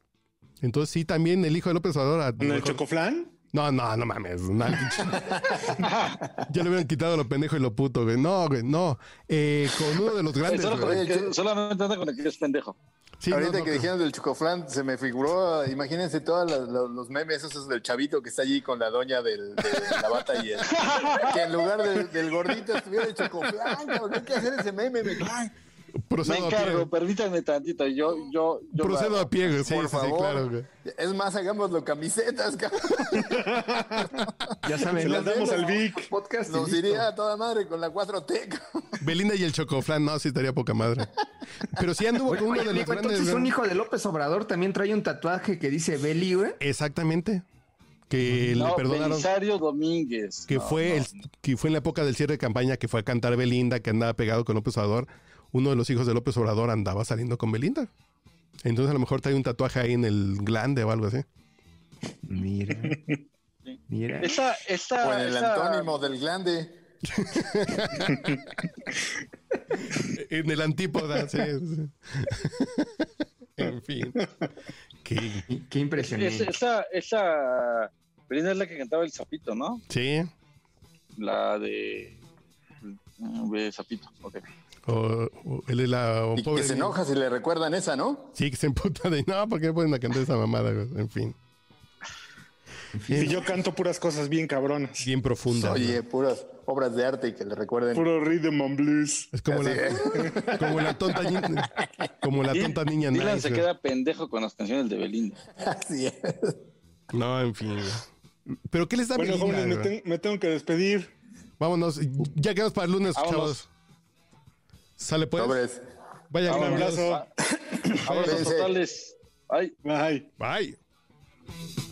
A: Entonces sí, también el hijo de López Obrador... a-
G: ¿En el chocoflan?
A: no, no, no mames. no. ya le hubieran quitado lo pendejo y lo puto, güey. No, güey, no. Eh, con uno de los grandes.
C: Solo con
A: güey.
C: el que- eh, solamente anda con el que es pendejo.
A: Sí,
I: Ahorita
A: no, no,
I: que
A: pero-
I: dijeron del Chocoflan, se me figuró, imagínense todos los memes esos del chavito que está allí con la doña del, de la bata y el... Que en lugar del, del gordito estuviera el Chocoflan, cabrón, hay que hacer ese meme, me cae.
C: Me
A: procedo a pie.
C: encargo, permítanme tantito. Yo, yo, yo.
A: Procedo a pie, güey. Sí,
I: Por
A: sí, sí,
I: favor.
A: claro, güey.
I: Es más, hagámoslo camisetas, cabrón.
G: (laughs)
D: Ya
G: Se
D: saben,
G: las damos al Vic.
D: podcast. y
I: Nos
D: listo.
I: iría a toda madre con la 4T. cabrón.
A: Belinda y el chocoflan, no, sí estaría poca madre. Pero sí anduvo
D: Oye,
A: con uno
D: oye,
A: de los
D: amigo,
A: grandes.
D: entonces un
A: güey.
D: hijo de López Obrador también trae un tatuaje que dice
A: (laughs)
D: Beli, güey.
A: Exactamente. Que le
C: No,
A: perdonaron.
C: Belisario Domínguez.
A: Que
C: No,
A: fue
C: no.
A: el, que fue en la época del cierre de campaña que fue a cantar Belinda, que andaba pegado con López Obrador. Uno de los hijos de López Obrador andaba saliendo con Belinda. Entonces a lo mejor trae un tatuaje ahí en el glande o algo así.
D: Mira. Mira.
C: Esta,
I: O
C: esta,
I: en el
C: esta-
I: antónimo del glande.
A: E-, En el antípoda, sí, sí. (laughs) en fin. Que-
D: Qué- Qué
C: es-
D: impresionante.
C: esta, esta Belinda es la que cantaba el sapito, ¿no?
A: sí.
C: La de. De sapito, ok.
A: O, o él es la o
I: Y
A: pobre
I: que se
A: niño.
I: enoja si le recuerdan esa, ¿no?
A: Sí, que se emputa de no, ¿por qué ponen a cantar esa mamada? güey?" En fin.
G: Y yo canto puras cosas bien cabronas.
A: Bien profunda.
I: Oye,
A: güey.
I: puras obras de arte y que le recuerden.
G: Puro rhythm and blues.
A: Es como la, como la tonta niña. Como la tonta niña
C: Dylan
A: nice,
C: se
A: güey.
C: queda pendejo con las canciones de Belinda.
I: (laughs) Así es.
A: Pues, No, en fin. güey. ¿Pero qué les da
G: Bueno,
A: Belinda,
G: jóvenes, me,
A: güey?
G: ten- me tengo que despedir.
A: Vámonos. Ya quedamos para el lunes,
C: Vámonos.
A: chavos. Sale pues.
I: Sobres.
A: Vaya,
G: Un
A: con Dios.
G: abrazo.
C: Abrazos
I: Cuídense.
C: totales. Ay.
G: Bye.
A: Bye.